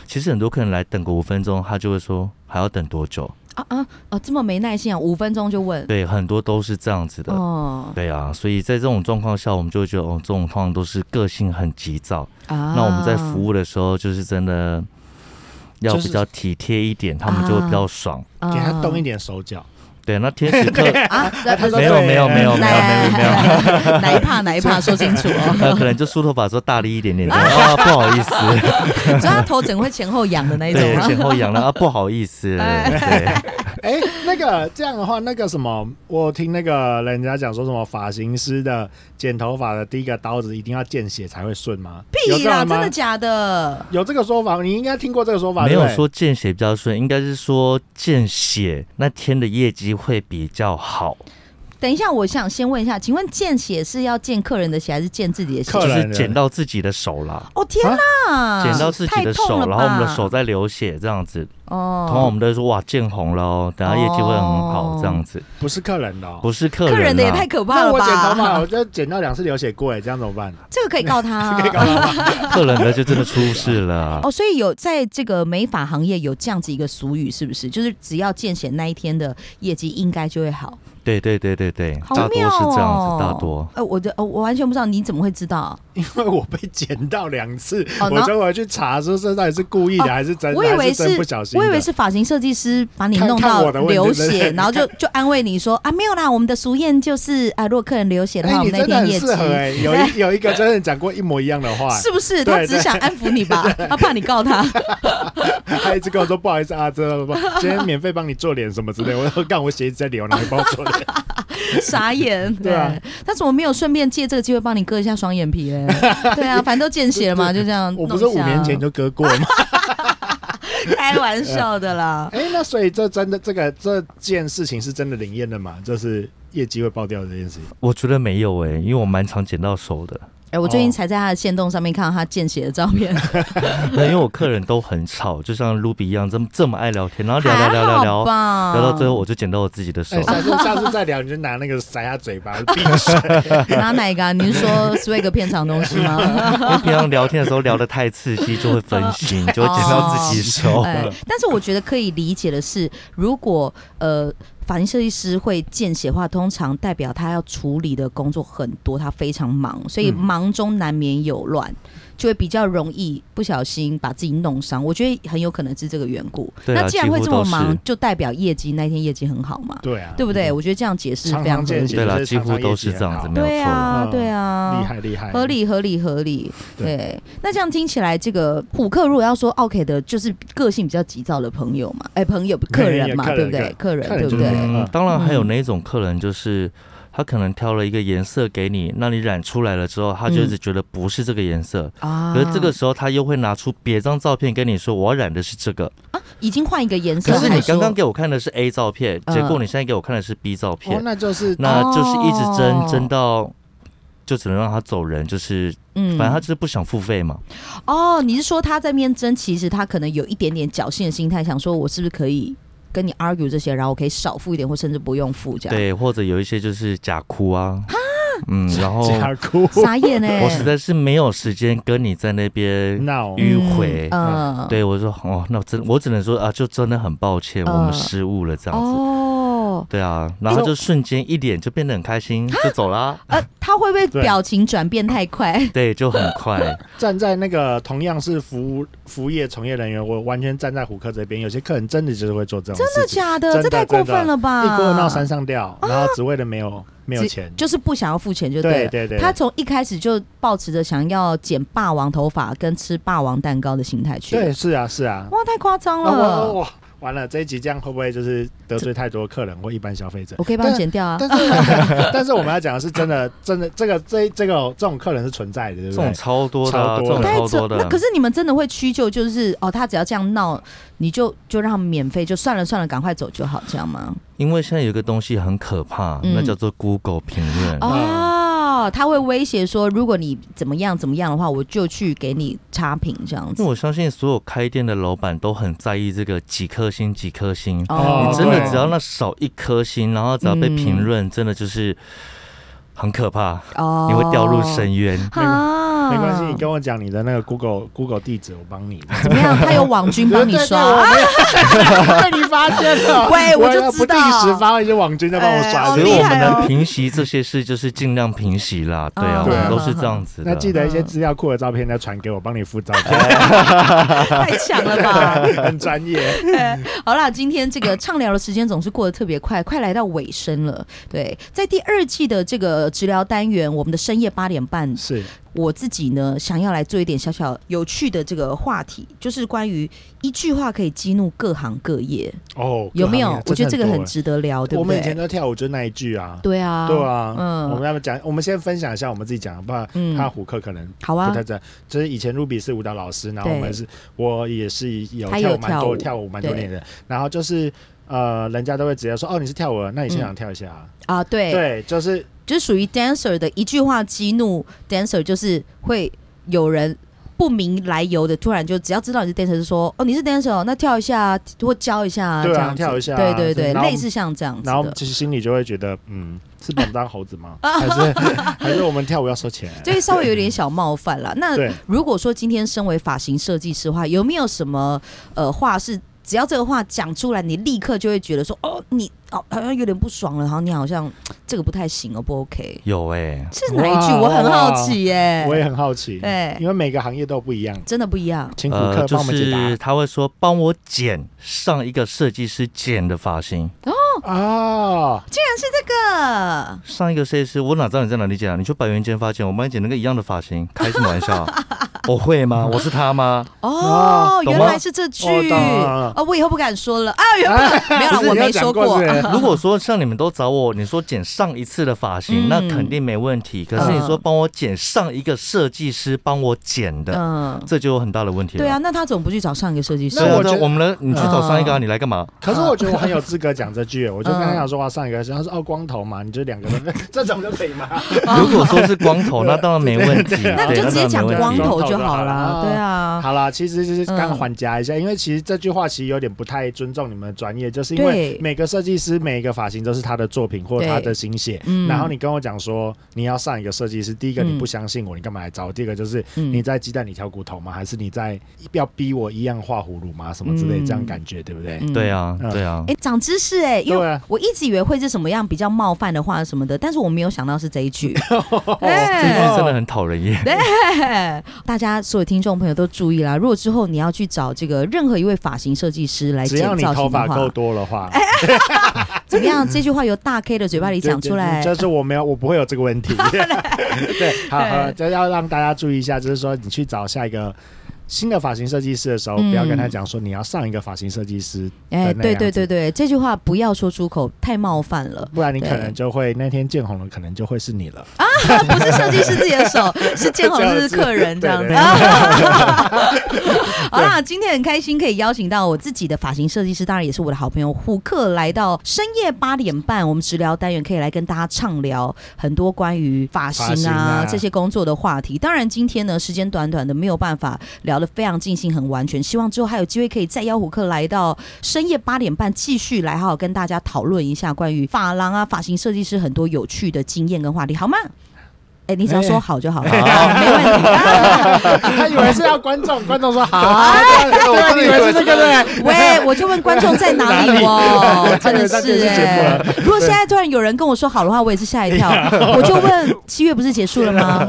Speaker 2: 其实很多客人来等个五分钟，他就会说还要等多久？
Speaker 1: 啊啊啊，这么没耐心啊，五分钟就问。
Speaker 2: 对，很多都是这样子的。
Speaker 1: 哦
Speaker 2: 对啊，所以在这种状况下，我们就会觉得，哦，这种通常都是个性很急躁。
Speaker 1: 啊，
Speaker 2: 那我们在服务的时候，就是真的要
Speaker 3: 就是
Speaker 2: 比较体贴一点，他们就会比较爽。
Speaker 1: 啊
Speaker 3: 给他动一点手脚，
Speaker 2: 对，那天 使课
Speaker 1: 啊，
Speaker 2: 没有没有没有没有没有没有，
Speaker 1: 有，哪一怕哪一怕说清楚哦。
Speaker 2: 呃，可能就梳头发说大力一 点点的啊，不好意思，
Speaker 1: 所 以他头整个会前后仰的那一种
Speaker 2: 对，
Speaker 1: 吗？
Speaker 2: 前后仰了啊，不好意思，对，
Speaker 3: 哎、那个这样的话，那个什么，我听那个人家讲说什么发型师的剪头发的第一个刀子一定要见血才会顺吗？有
Speaker 1: 屁
Speaker 3: 这
Speaker 1: 啦，
Speaker 3: 样吗
Speaker 1: 真的假的？
Speaker 3: 有这个说法吗，你应该听过这个说法，
Speaker 2: 没
Speaker 3: 对
Speaker 2: 有
Speaker 3: 不对
Speaker 2: 说见血比较顺，应该是说见血那天的业绩会比较好，
Speaker 1: 等一下，我想先问一下，请问见血是要见客人的血还是见自己的血
Speaker 3: 客？
Speaker 2: 就
Speaker 3: 人啊
Speaker 2: 是剪到自己的手啦，
Speaker 1: 哦天哪，
Speaker 2: 剪到自己
Speaker 1: 太
Speaker 2: 的
Speaker 1: 痛
Speaker 2: 手，
Speaker 1: 了吧
Speaker 2: 然后我们的手在流血这样子，通常我
Speaker 1: 哦，
Speaker 2: 们都会说哇见红了哦，等下业绩会很好这样子，
Speaker 3: 不是客人的、哦。
Speaker 2: 不是客人、啊，
Speaker 1: 客人的也太可怕
Speaker 3: 那
Speaker 1: 了
Speaker 3: 我剪头发，
Speaker 1: 吧
Speaker 3: 我？就剪到两次流血过，哎，这样怎么办？
Speaker 1: 这个可以告他啊
Speaker 3: 可以。告他吗？
Speaker 2: 客人的 就真的出事了。
Speaker 1: 哦，所以有在这个美发行业有这样子一个俗语，是不是？就是只要见血那一天的业绩应该就会好，
Speaker 2: 对对对对对，
Speaker 1: 好
Speaker 2: 大多
Speaker 1: 妙
Speaker 2: 是
Speaker 1: 哦。
Speaker 2: 这样子，大多。
Speaker 1: 呃，我的、呃我完全不知道，你怎么会知道啊？
Speaker 3: 因为我被剪到两次，
Speaker 1: 哦
Speaker 3: 我
Speaker 1: 然后
Speaker 3: 就回去查说这到底是故意的、
Speaker 1: 哦
Speaker 3: 还是真的，
Speaker 1: 我以
Speaker 3: 还
Speaker 1: 为
Speaker 3: 是真
Speaker 1: 是
Speaker 3: 不小，心的。
Speaker 1: 我以为是发型设计师把你
Speaker 3: 看
Speaker 1: 弄
Speaker 3: 看
Speaker 1: 到
Speaker 3: 我的问题
Speaker 1: 流
Speaker 3: 对不
Speaker 1: 血，
Speaker 3: 对
Speaker 1: 然后就 就安慰你说啊，没有啦，我们的俗谚就是啊，如果客人流血的
Speaker 3: 哎、
Speaker 1: 话，我
Speaker 3: 你
Speaker 1: 们那
Speaker 3: 真
Speaker 1: 天
Speaker 3: 的很
Speaker 1: 业绩
Speaker 3: 适合哎、有一有一个真的讲过一模一样的话、哎
Speaker 1: 是不是？
Speaker 3: 对
Speaker 1: 他只
Speaker 3: 对
Speaker 1: 想安抚你吧，他怕你告他。
Speaker 3: 他一直跟我说不好意思啊，这不不，今天免费帮你做脸什么之类。我说干，我鞋子在流，你还帮我做脸？
Speaker 1: 傻眼，
Speaker 3: 对啊，
Speaker 1: 他怎么没有顺便借这个机会帮你割一下双眼皮 嘞？对啊，反正都见血了嘛，就这样弄
Speaker 3: 我
Speaker 1: 一下。
Speaker 3: 不是五年前就 割过吗？
Speaker 1: 开玩笑的啦。
Speaker 3: 哎、那所以这真的这个这件事情是真的灵验的嘛？就是业绩会爆掉的这件事情。
Speaker 2: 我觉得没有欸诶、因为我蛮常剪到手的，
Speaker 1: 哎，我最近
Speaker 3: 哦
Speaker 1: 才在他的线动上面看到他见血的照片，
Speaker 2: 那因为我客人都很吵，就像 Ruby 一样这么这么爱聊天，然后聊聊
Speaker 1: 还
Speaker 2: 聊聊
Speaker 1: 好
Speaker 2: 聊，
Speaker 1: 吧？
Speaker 2: 聊到最后我就剪到我自己的手
Speaker 3: 哎、。下次下次再聊，你就拿那个塞他嘴巴，闭嘴。
Speaker 1: 拿哪一个啊？你是说 Swag 片场东西吗？
Speaker 2: 因为平常聊天的时候聊得太刺激，就会分心，就会剪到自己手。
Speaker 1: 哦哎，但是我觉得可以理解的是，如果呃。发型设计师会见血的话，通常代表他要处理的工作很多，他非常忙，所以
Speaker 3: 嗯
Speaker 1: 忙中难免有乱，就会比较容易不小心把自己弄伤。我觉得很有可能是这个缘故。
Speaker 2: 对啊
Speaker 1: 那既然会这
Speaker 2: 几乎
Speaker 1: 么
Speaker 2: 都是嗯
Speaker 1: 忙，就代表业绩那天业绩很好嘛，
Speaker 3: 对啊，
Speaker 1: 对不对？我觉得这样解释
Speaker 3: 常
Speaker 1: 非常
Speaker 3: 常
Speaker 1: 合
Speaker 3: 见
Speaker 1: 理。
Speaker 3: 血，
Speaker 2: 对啦
Speaker 3: 就是常常
Speaker 2: 几乎都是这样子
Speaker 3: 业绩很好
Speaker 2: 没
Speaker 1: 对
Speaker 2: 有嗯
Speaker 1: 啊，
Speaker 3: 错
Speaker 1: 对啊，
Speaker 3: 厉害厉害，哦
Speaker 1: 合。理合理合理，对。
Speaker 3: 对
Speaker 1: 那这样听起来，这个虎克如果要说 OK 的，就是个性比较急躁的朋友嘛，哎、朋友客人嘛，
Speaker 3: 客
Speaker 1: 对不
Speaker 3: 人
Speaker 1: 对？客人
Speaker 3: 客人
Speaker 1: 对不
Speaker 3: 就是
Speaker 1: 对？
Speaker 2: 嗯
Speaker 3: 嗯，
Speaker 2: 当然还有那种客人就是。他可能挑了一个颜色给你，那你染出来了之后，他就一直觉得不是这个颜色。
Speaker 1: 啊
Speaker 2: 可是这个时候他又会拿出别张照片跟你说，我要染的是这个。
Speaker 1: 啊，已经换一个颜色
Speaker 2: 可
Speaker 1: 还
Speaker 2: 是
Speaker 1: 说，
Speaker 2: 你刚刚给我看的是 A 照片，
Speaker 1: 嗯
Speaker 2: 结果你现在给我看的是 B 照片，
Speaker 3: 哦，那就是
Speaker 2: 那就是一直
Speaker 1: 哦
Speaker 2: 争争到就只能让他走人，就是
Speaker 1: 嗯
Speaker 2: 反正他就是不想付费嘛。
Speaker 1: 哦，你是说他在面争，其实他可能有一点点侥幸的心态，想说我是不是可以跟你 argue 这些，然后我可以少付一点，或甚至不用付这样。，
Speaker 2: 对，或者有一些就是假哭啊，嗯，然后
Speaker 3: 假哭
Speaker 1: 傻眼呢、欸
Speaker 2: 我实在是没有时间跟你在那边
Speaker 3: 闹
Speaker 2: 嗯。迂回
Speaker 1: 嗯，
Speaker 2: 对我说哦，那我真我只能说啊，就真的很抱歉，
Speaker 1: 嗯
Speaker 2: 我们失误了这样子。
Speaker 1: 哦，
Speaker 2: 对啊，然后就瞬间一脸就变得很开心，就走啦。
Speaker 1: 呃，他会不会
Speaker 3: 对
Speaker 1: 表情转变太快？
Speaker 2: 对，就很快。
Speaker 3: 站在那个同样是服务服务业从业人员，我完全站在虎克这边。有些客人真的就是会做这种
Speaker 1: 真的
Speaker 3: 事情，
Speaker 1: 假的？
Speaker 3: 真
Speaker 1: 这
Speaker 3: 的
Speaker 1: 太过分了吧！
Speaker 3: 一锅闹山上吊，然后只为了没有没有
Speaker 1: 只
Speaker 3: 钱，
Speaker 1: 就是不想要付钱就
Speaker 3: 对
Speaker 1: 了。
Speaker 3: 对对，
Speaker 1: 他从一开始就抱持着想要剪霸王头发跟吃霸王蛋糕的心态去。
Speaker 3: 对，是啊是啊，
Speaker 1: 哇，太夸张
Speaker 3: 那我
Speaker 1: 了！
Speaker 3: 我完了这一集这样会不会就是得罪太多客人或一般消费者？
Speaker 1: 我可以帮你剪掉啊。
Speaker 3: 但是但是我们要讲的是真的真的这个这这个这种客人是存在的，对不
Speaker 2: 这种
Speaker 3: 对？
Speaker 2: 超多的啊，
Speaker 3: 超
Speaker 2: 这
Speaker 3: 多
Speaker 2: 种
Speaker 3: 的
Speaker 1: 太
Speaker 2: 超
Speaker 1: 扯
Speaker 2: 多
Speaker 1: 那
Speaker 2: 的
Speaker 1: 可。是你们真的会屈就就是哦，他只要这样闹，你就就让他们免费，就算了算了，赶快走就好，这样吗？
Speaker 2: 因为现在有一个东西很可怕，
Speaker 1: 嗯
Speaker 2: 那叫做 Google 评论。
Speaker 1: 哦，他会威胁说，如果你怎么样怎么样的话，我就去给你差评这样
Speaker 2: 因为
Speaker 1: 子。
Speaker 2: 我相信所有开店的老板都很在意这个几颗星几颗星，
Speaker 1: 哦，
Speaker 2: 你真的
Speaker 3: 对
Speaker 2: 只要那少一颗星，然后只要被评论，真的就是很可怕，
Speaker 1: 哦，
Speaker 2: 你会掉入深渊。
Speaker 1: 啊，啊
Speaker 3: 没关系，你跟我讲你的那个 Google Google 地址，我帮你。
Speaker 1: 怎么 样？他有网军帮你刷，
Speaker 3: 对，对对 我没有被你发现了。
Speaker 1: 喂我
Speaker 3: 我
Speaker 1: 就
Speaker 3: 要
Speaker 1: 知道
Speaker 3: 不定时发一些网军在帮我
Speaker 1: 哎
Speaker 3: 刷
Speaker 1: 好
Speaker 3: 这
Speaker 2: 所以
Speaker 3: 个。
Speaker 1: 厉
Speaker 2: 我
Speaker 1: 害
Speaker 2: 们
Speaker 1: 哦
Speaker 2: 能平息这些事，就是尽量平息啦。对啊，
Speaker 1: 嗯
Speaker 2: 我们都是这样子的。
Speaker 3: 那记得一些资料库的照片再传给我，帮你附照片，
Speaker 1: 太强了吧！
Speaker 3: 很专业。
Speaker 1: 好啦，今天这个畅聊的时间总是过得特别快，快来到尾声了。对，在第二季的这个治疗单元，我们的深夜八点半，
Speaker 3: 是
Speaker 1: 我自己呢想要来做一点小小有趣的这个话题，就是关于一句话可以激怒各行各业，
Speaker 3: 哦，
Speaker 1: 有没有
Speaker 3: 各行？
Speaker 1: 我
Speaker 3: 各业
Speaker 1: 觉得这个
Speaker 3: 真的
Speaker 1: 很
Speaker 3: 多
Speaker 1: 值得聊，对
Speaker 3: 我
Speaker 1: 不
Speaker 3: 们以前
Speaker 1: 对？
Speaker 3: 都跳舞就那一句啊，
Speaker 1: 对啊，
Speaker 3: 对啊，
Speaker 1: 嗯
Speaker 3: 我们要不要讲？我们先分享一下我们自己讲的，不然
Speaker 1: 嗯
Speaker 3: 他虎克可能
Speaker 1: 好
Speaker 3: 不
Speaker 1: 啊
Speaker 3: 太，在。就是以前 Ruby 是舞蹈老师，然后我们
Speaker 1: 对
Speaker 3: 是，我也是有
Speaker 1: 他
Speaker 3: 跳
Speaker 1: 有
Speaker 3: 舞蛮多
Speaker 1: 跳舞
Speaker 3: 跳舞蛮多
Speaker 1: 对
Speaker 3: 年的，然后就是。呃，人家都会直接说，哦，你是跳舞的，那你现场跳一下啊。
Speaker 1: 啊，嗯对，
Speaker 3: 对，就是
Speaker 1: 就是属于 dancer 的一句话激怒 dancer，就是会有人不明来由的突然就只要知道你是 dancer，就说哦你是 dancer，哦那跳一下啊或教一下啊，
Speaker 3: 对啊
Speaker 1: 这样子
Speaker 3: 跳一下啊
Speaker 1: 对对对，
Speaker 3: 然后
Speaker 1: 类似嗯像这样子
Speaker 3: 然后
Speaker 1: 的。
Speaker 3: 其实心里就会觉得，嗯，是把我们当猴子 吗？还是还是我们跳舞要收钱？
Speaker 1: 这稍微有点小冒犯 啦。那
Speaker 3: 对
Speaker 1: 如果说今天身为发型设计师的话，有没有什么呃话是只要这个话讲出来，你立刻就会觉得说哦，你哦好像有点不爽了，然后你好像这个不太行哦，不 OK，
Speaker 2: 有哎、
Speaker 1: 是哪一句？
Speaker 3: 哇
Speaker 1: 我很好奇耶、
Speaker 3: 我也很好奇，
Speaker 1: 对
Speaker 3: 因为每个行业都不一样，
Speaker 1: 真的不一样。
Speaker 3: 请虎
Speaker 2: 呃，
Speaker 3: 克
Speaker 2: 就
Speaker 3: 帮我们解答
Speaker 2: 是他会说帮我剪上一个设计师剪的发型，
Speaker 3: 啊。
Speaker 1: 这
Speaker 2: 上一个设计师我哪知道你在哪里剪啊？你去百元间发剪，我帮你剪那个一样的发型，开什么玩 笑啊？我会吗？我是他吗？
Speaker 1: 哦，
Speaker 3: 哦
Speaker 1: 原
Speaker 2: 懂
Speaker 1: 来
Speaker 2: 吗
Speaker 1: 是这句
Speaker 3: 哦懂了懂了哎
Speaker 1: 哦，我以后不敢说了啊，原来没有
Speaker 3: 不
Speaker 1: 啦，
Speaker 3: 是
Speaker 1: 我
Speaker 3: 你
Speaker 1: 没
Speaker 3: 要讲
Speaker 1: 说
Speaker 3: 过
Speaker 1: 过
Speaker 3: 是不。是
Speaker 2: 如果说像你们都找我，你说剪上一次的发型，
Speaker 1: 嗯
Speaker 2: 那肯定没问题。可是你说
Speaker 1: 嗯
Speaker 2: 帮我剪上一个设计师帮我剪的，
Speaker 1: 嗯，
Speaker 2: 这就有很大的问题了。
Speaker 1: 对啊，那他怎么不去找上一个设计师
Speaker 2: 所以
Speaker 3: 那
Speaker 2: 我
Speaker 3: 我觉
Speaker 2: 就
Speaker 3: 得
Speaker 2: 啊我们呢，你去找上一个啊，你来干嘛？
Speaker 3: 可是我觉得我很有资格讲这句，我就跟他讲说
Speaker 1: 嗯
Speaker 3: 话上一个是，他说哦光头嘛，你就两个 人，这种就可以吗？
Speaker 2: 如果说是光头，那当然没问题。
Speaker 3: 对
Speaker 1: 啊那你
Speaker 2: 对
Speaker 1: 就直接
Speaker 2: 当然
Speaker 1: 讲
Speaker 2: 没问
Speaker 1: 光
Speaker 2: 题
Speaker 1: 头就好啦。
Speaker 3: 啊
Speaker 1: 对啊，
Speaker 3: 好啦，其实就是刚
Speaker 1: 嗯
Speaker 3: 缓夹一下，因为其实这句话其实有点不太尊重你们的专业，就是因
Speaker 1: 对
Speaker 3: 为每个设计师每一个发型都是他的作品或
Speaker 1: 对
Speaker 3: 他的心血
Speaker 1: 嗯。
Speaker 3: 然后你跟我讲说你要上一个设计师，第一个
Speaker 1: 嗯
Speaker 3: 你不相信我，你干嘛来找我？第二个就是
Speaker 1: 嗯
Speaker 3: 你在鸡蛋里挑骨头吗？还是你在要逼我一样画葫芦吗？什么之类
Speaker 1: 嗯
Speaker 3: 这样感觉，对不对？
Speaker 1: 嗯
Speaker 2: 对。啊，
Speaker 3: 嗯
Speaker 2: 对啊
Speaker 1: 哎，，长知识哎，因
Speaker 3: 对
Speaker 1: 为
Speaker 3: 啊
Speaker 1: 我一直以为会是什么样比较冒犯的话什么的，但是我没有想到是这一 句。
Speaker 3: 哦
Speaker 2: 这一
Speaker 1: 哎
Speaker 2: 句真的很讨人厌。
Speaker 1: 对， 大家所有听众朋友都注意啦，如果之后你要去找这个任何一位发型设计师来
Speaker 3: 只
Speaker 1: 剪
Speaker 3: 要你
Speaker 1: 造
Speaker 3: 头
Speaker 1: 型
Speaker 3: 发
Speaker 1: 的
Speaker 3: 够
Speaker 1: 话，
Speaker 3: 多的话，
Speaker 1: 怎么样？这句话由大 K 的嘴巴里讲出来，
Speaker 3: 就是我没有，我不会有这个 问题。 对，好，好，这要让大家注意一下，就是说你去找下一个。新的发型设计师的时候，
Speaker 1: 嗯
Speaker 3: 不要跟他讲说你要上一个发型设计师，
Speaker 1: 哎，
Speaker 3: 的那
Speaker 1: 对
Speaker 3: 样
Speaker 1: 对对
Speaker 3: 子
Speaker 1: 对，这句话不要说出口，太冒犯 了。
Speaker 3: 不然你
Speaker 1: 对
Speaker 3: 可能就会那天见红了，可能就会 是你了。
Speaker 1: 啊不是设计师自己的 手，是建宏就是客人这样子。
Speaker 3: 对
Speaker 1: 好啦，今天很开心可以邀请到我自己的发型设计师，当然也是我的好朋友虎克，来到深夜八点半，我们直聊单元可以来跟大家畅聊很多关于发型啊
Speaker 3: 发型啊
Speaker 1: 这些工作的话题。当然，今天呢时间短短的，没有办法聊得非常尽兴、很完全。希望之后还有机会可以再邀虎克来到深夜八点半继续来好好跟大家讨论一下关于发廊啊、发型设计师很多有趣的经验跟话题，好吗？哎、你只要说好就好了，没问题。啊
Speaker 3: 他以为是要观众，观众说好，对，对以为是这个对。
Speaker 1: 喂，我就问观众在哪里哦，真的
Speaker 3: 在电
Speaker 1: 是
Speaker 3: 视节目
Speaker 1: 哎、
Speaker 3: 了
Speaker 1: 如果现在突然有人跟我说好的话，我也是吓一跳，我就问七月不是结束了 吗？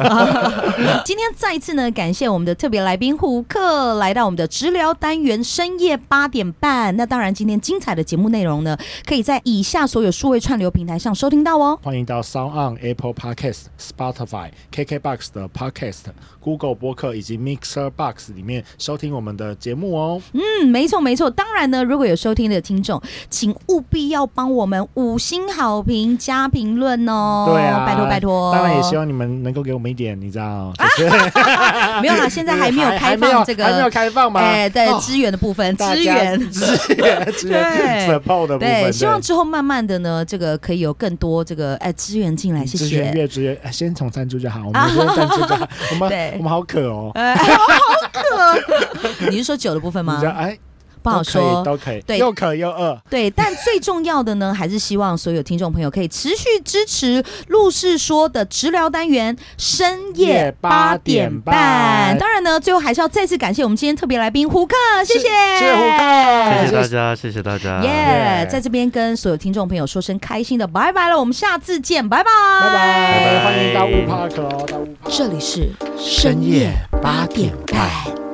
Speaker 1: 今天再一次呢，感谢我们的特别来宾胡克来到我们的直聊单元深夜八点半。那当然，今天精彩的节目内容呢，可以在以下所有数位串流平台上收听到哦。
Speaker 3: 欢迎到 Sound on Apple Podcast、Spotify、KKBox 的 Podcast、Google 播客以及 Mixer Box 里面收听我们的节目哦。
Speaker 1: 嗯，没错没错。当然呢，如果有收听的听众，请务必要帮我们五星好评加评论哦。
Speaker 3: 对啊，
Speaker 1: 拜托拜托。
Speaker 3: 当然也希望你们能够给我们一点，你知道，就是
Speaker 1: 没 有啦，现在还没有开
Speaker 3: 还没
Speaker 1: 放
Speaker 3: 有
Speaker 1: 这个，
Speaker 3: 还没有开放吗？
Speaker 1: 哎，对
Speaker 3: 哦，
Speaker 1: 资源的部分，
Speaker 3: 大
Speaker 1: 资
Speaker 3: 家
Speaker 1: 源。
Speaker 3: 支援支援 support 的部分，
Speaker 1: 对，希望
Speaker 3: 对
Speaker 1: 之后慢慢的呢，这个可以有更多这个哎资源进来，谢
Speaker 3: 支援
Speaker 1: 谢。
Speaker 3: 越支援，哎先从赞助就好，我们先赞助 就好，我
Speaker 1: 对
Speaker 3: 们我们好渴哦。
Speaker 1: 哎，好渴。你是说酒的部分
Speaker 3: 你
Speaker 1: 吗
Speaker 3: 知道？哎，
Speaker 1: 不好
Speaker 3: 都可以
Speaker 1: 说。
Speaker 3: 都可以，
Speaker 1: 对
Speaker 3: 又渴又饿，
Speaker 1: 对，但最重要的呢，还 是希望所有听众朋友可以持续支持陆氏说的治疗单元深夜
Speaker 3: 夜
Speaker 1: 八
Speaker 3: 八
Speaker 1: 点
Speaker 3: 点
Speaker 1: 半。
Speaker 3: 半
Speaker 1: 当然呢，最后还是要再次感谢我们今天特别来宾胡克，谢谢，
Speaker 3: 谢谢胡克，
Speaker 1: 哎
Speaker 3: 啊
Speaker 2: 谢谢大家，谢谢大家，
Speaker 1: 耶
Speaker 3: 耶
Speaker 1: 在这边跟所有听众朋友说声开心的拜拜了，我们下次见，拜拜，
Speaker 3: 拜
Speaker 2: 拜
Speaker 3: 拜，
Speaker 2: 拜
Speaker 3: 欢迎到乌帕克哦，到乌帕克。
Speaker 1: 这里是
Speaker 3: 深夜八点半。
Speaker 1: 半。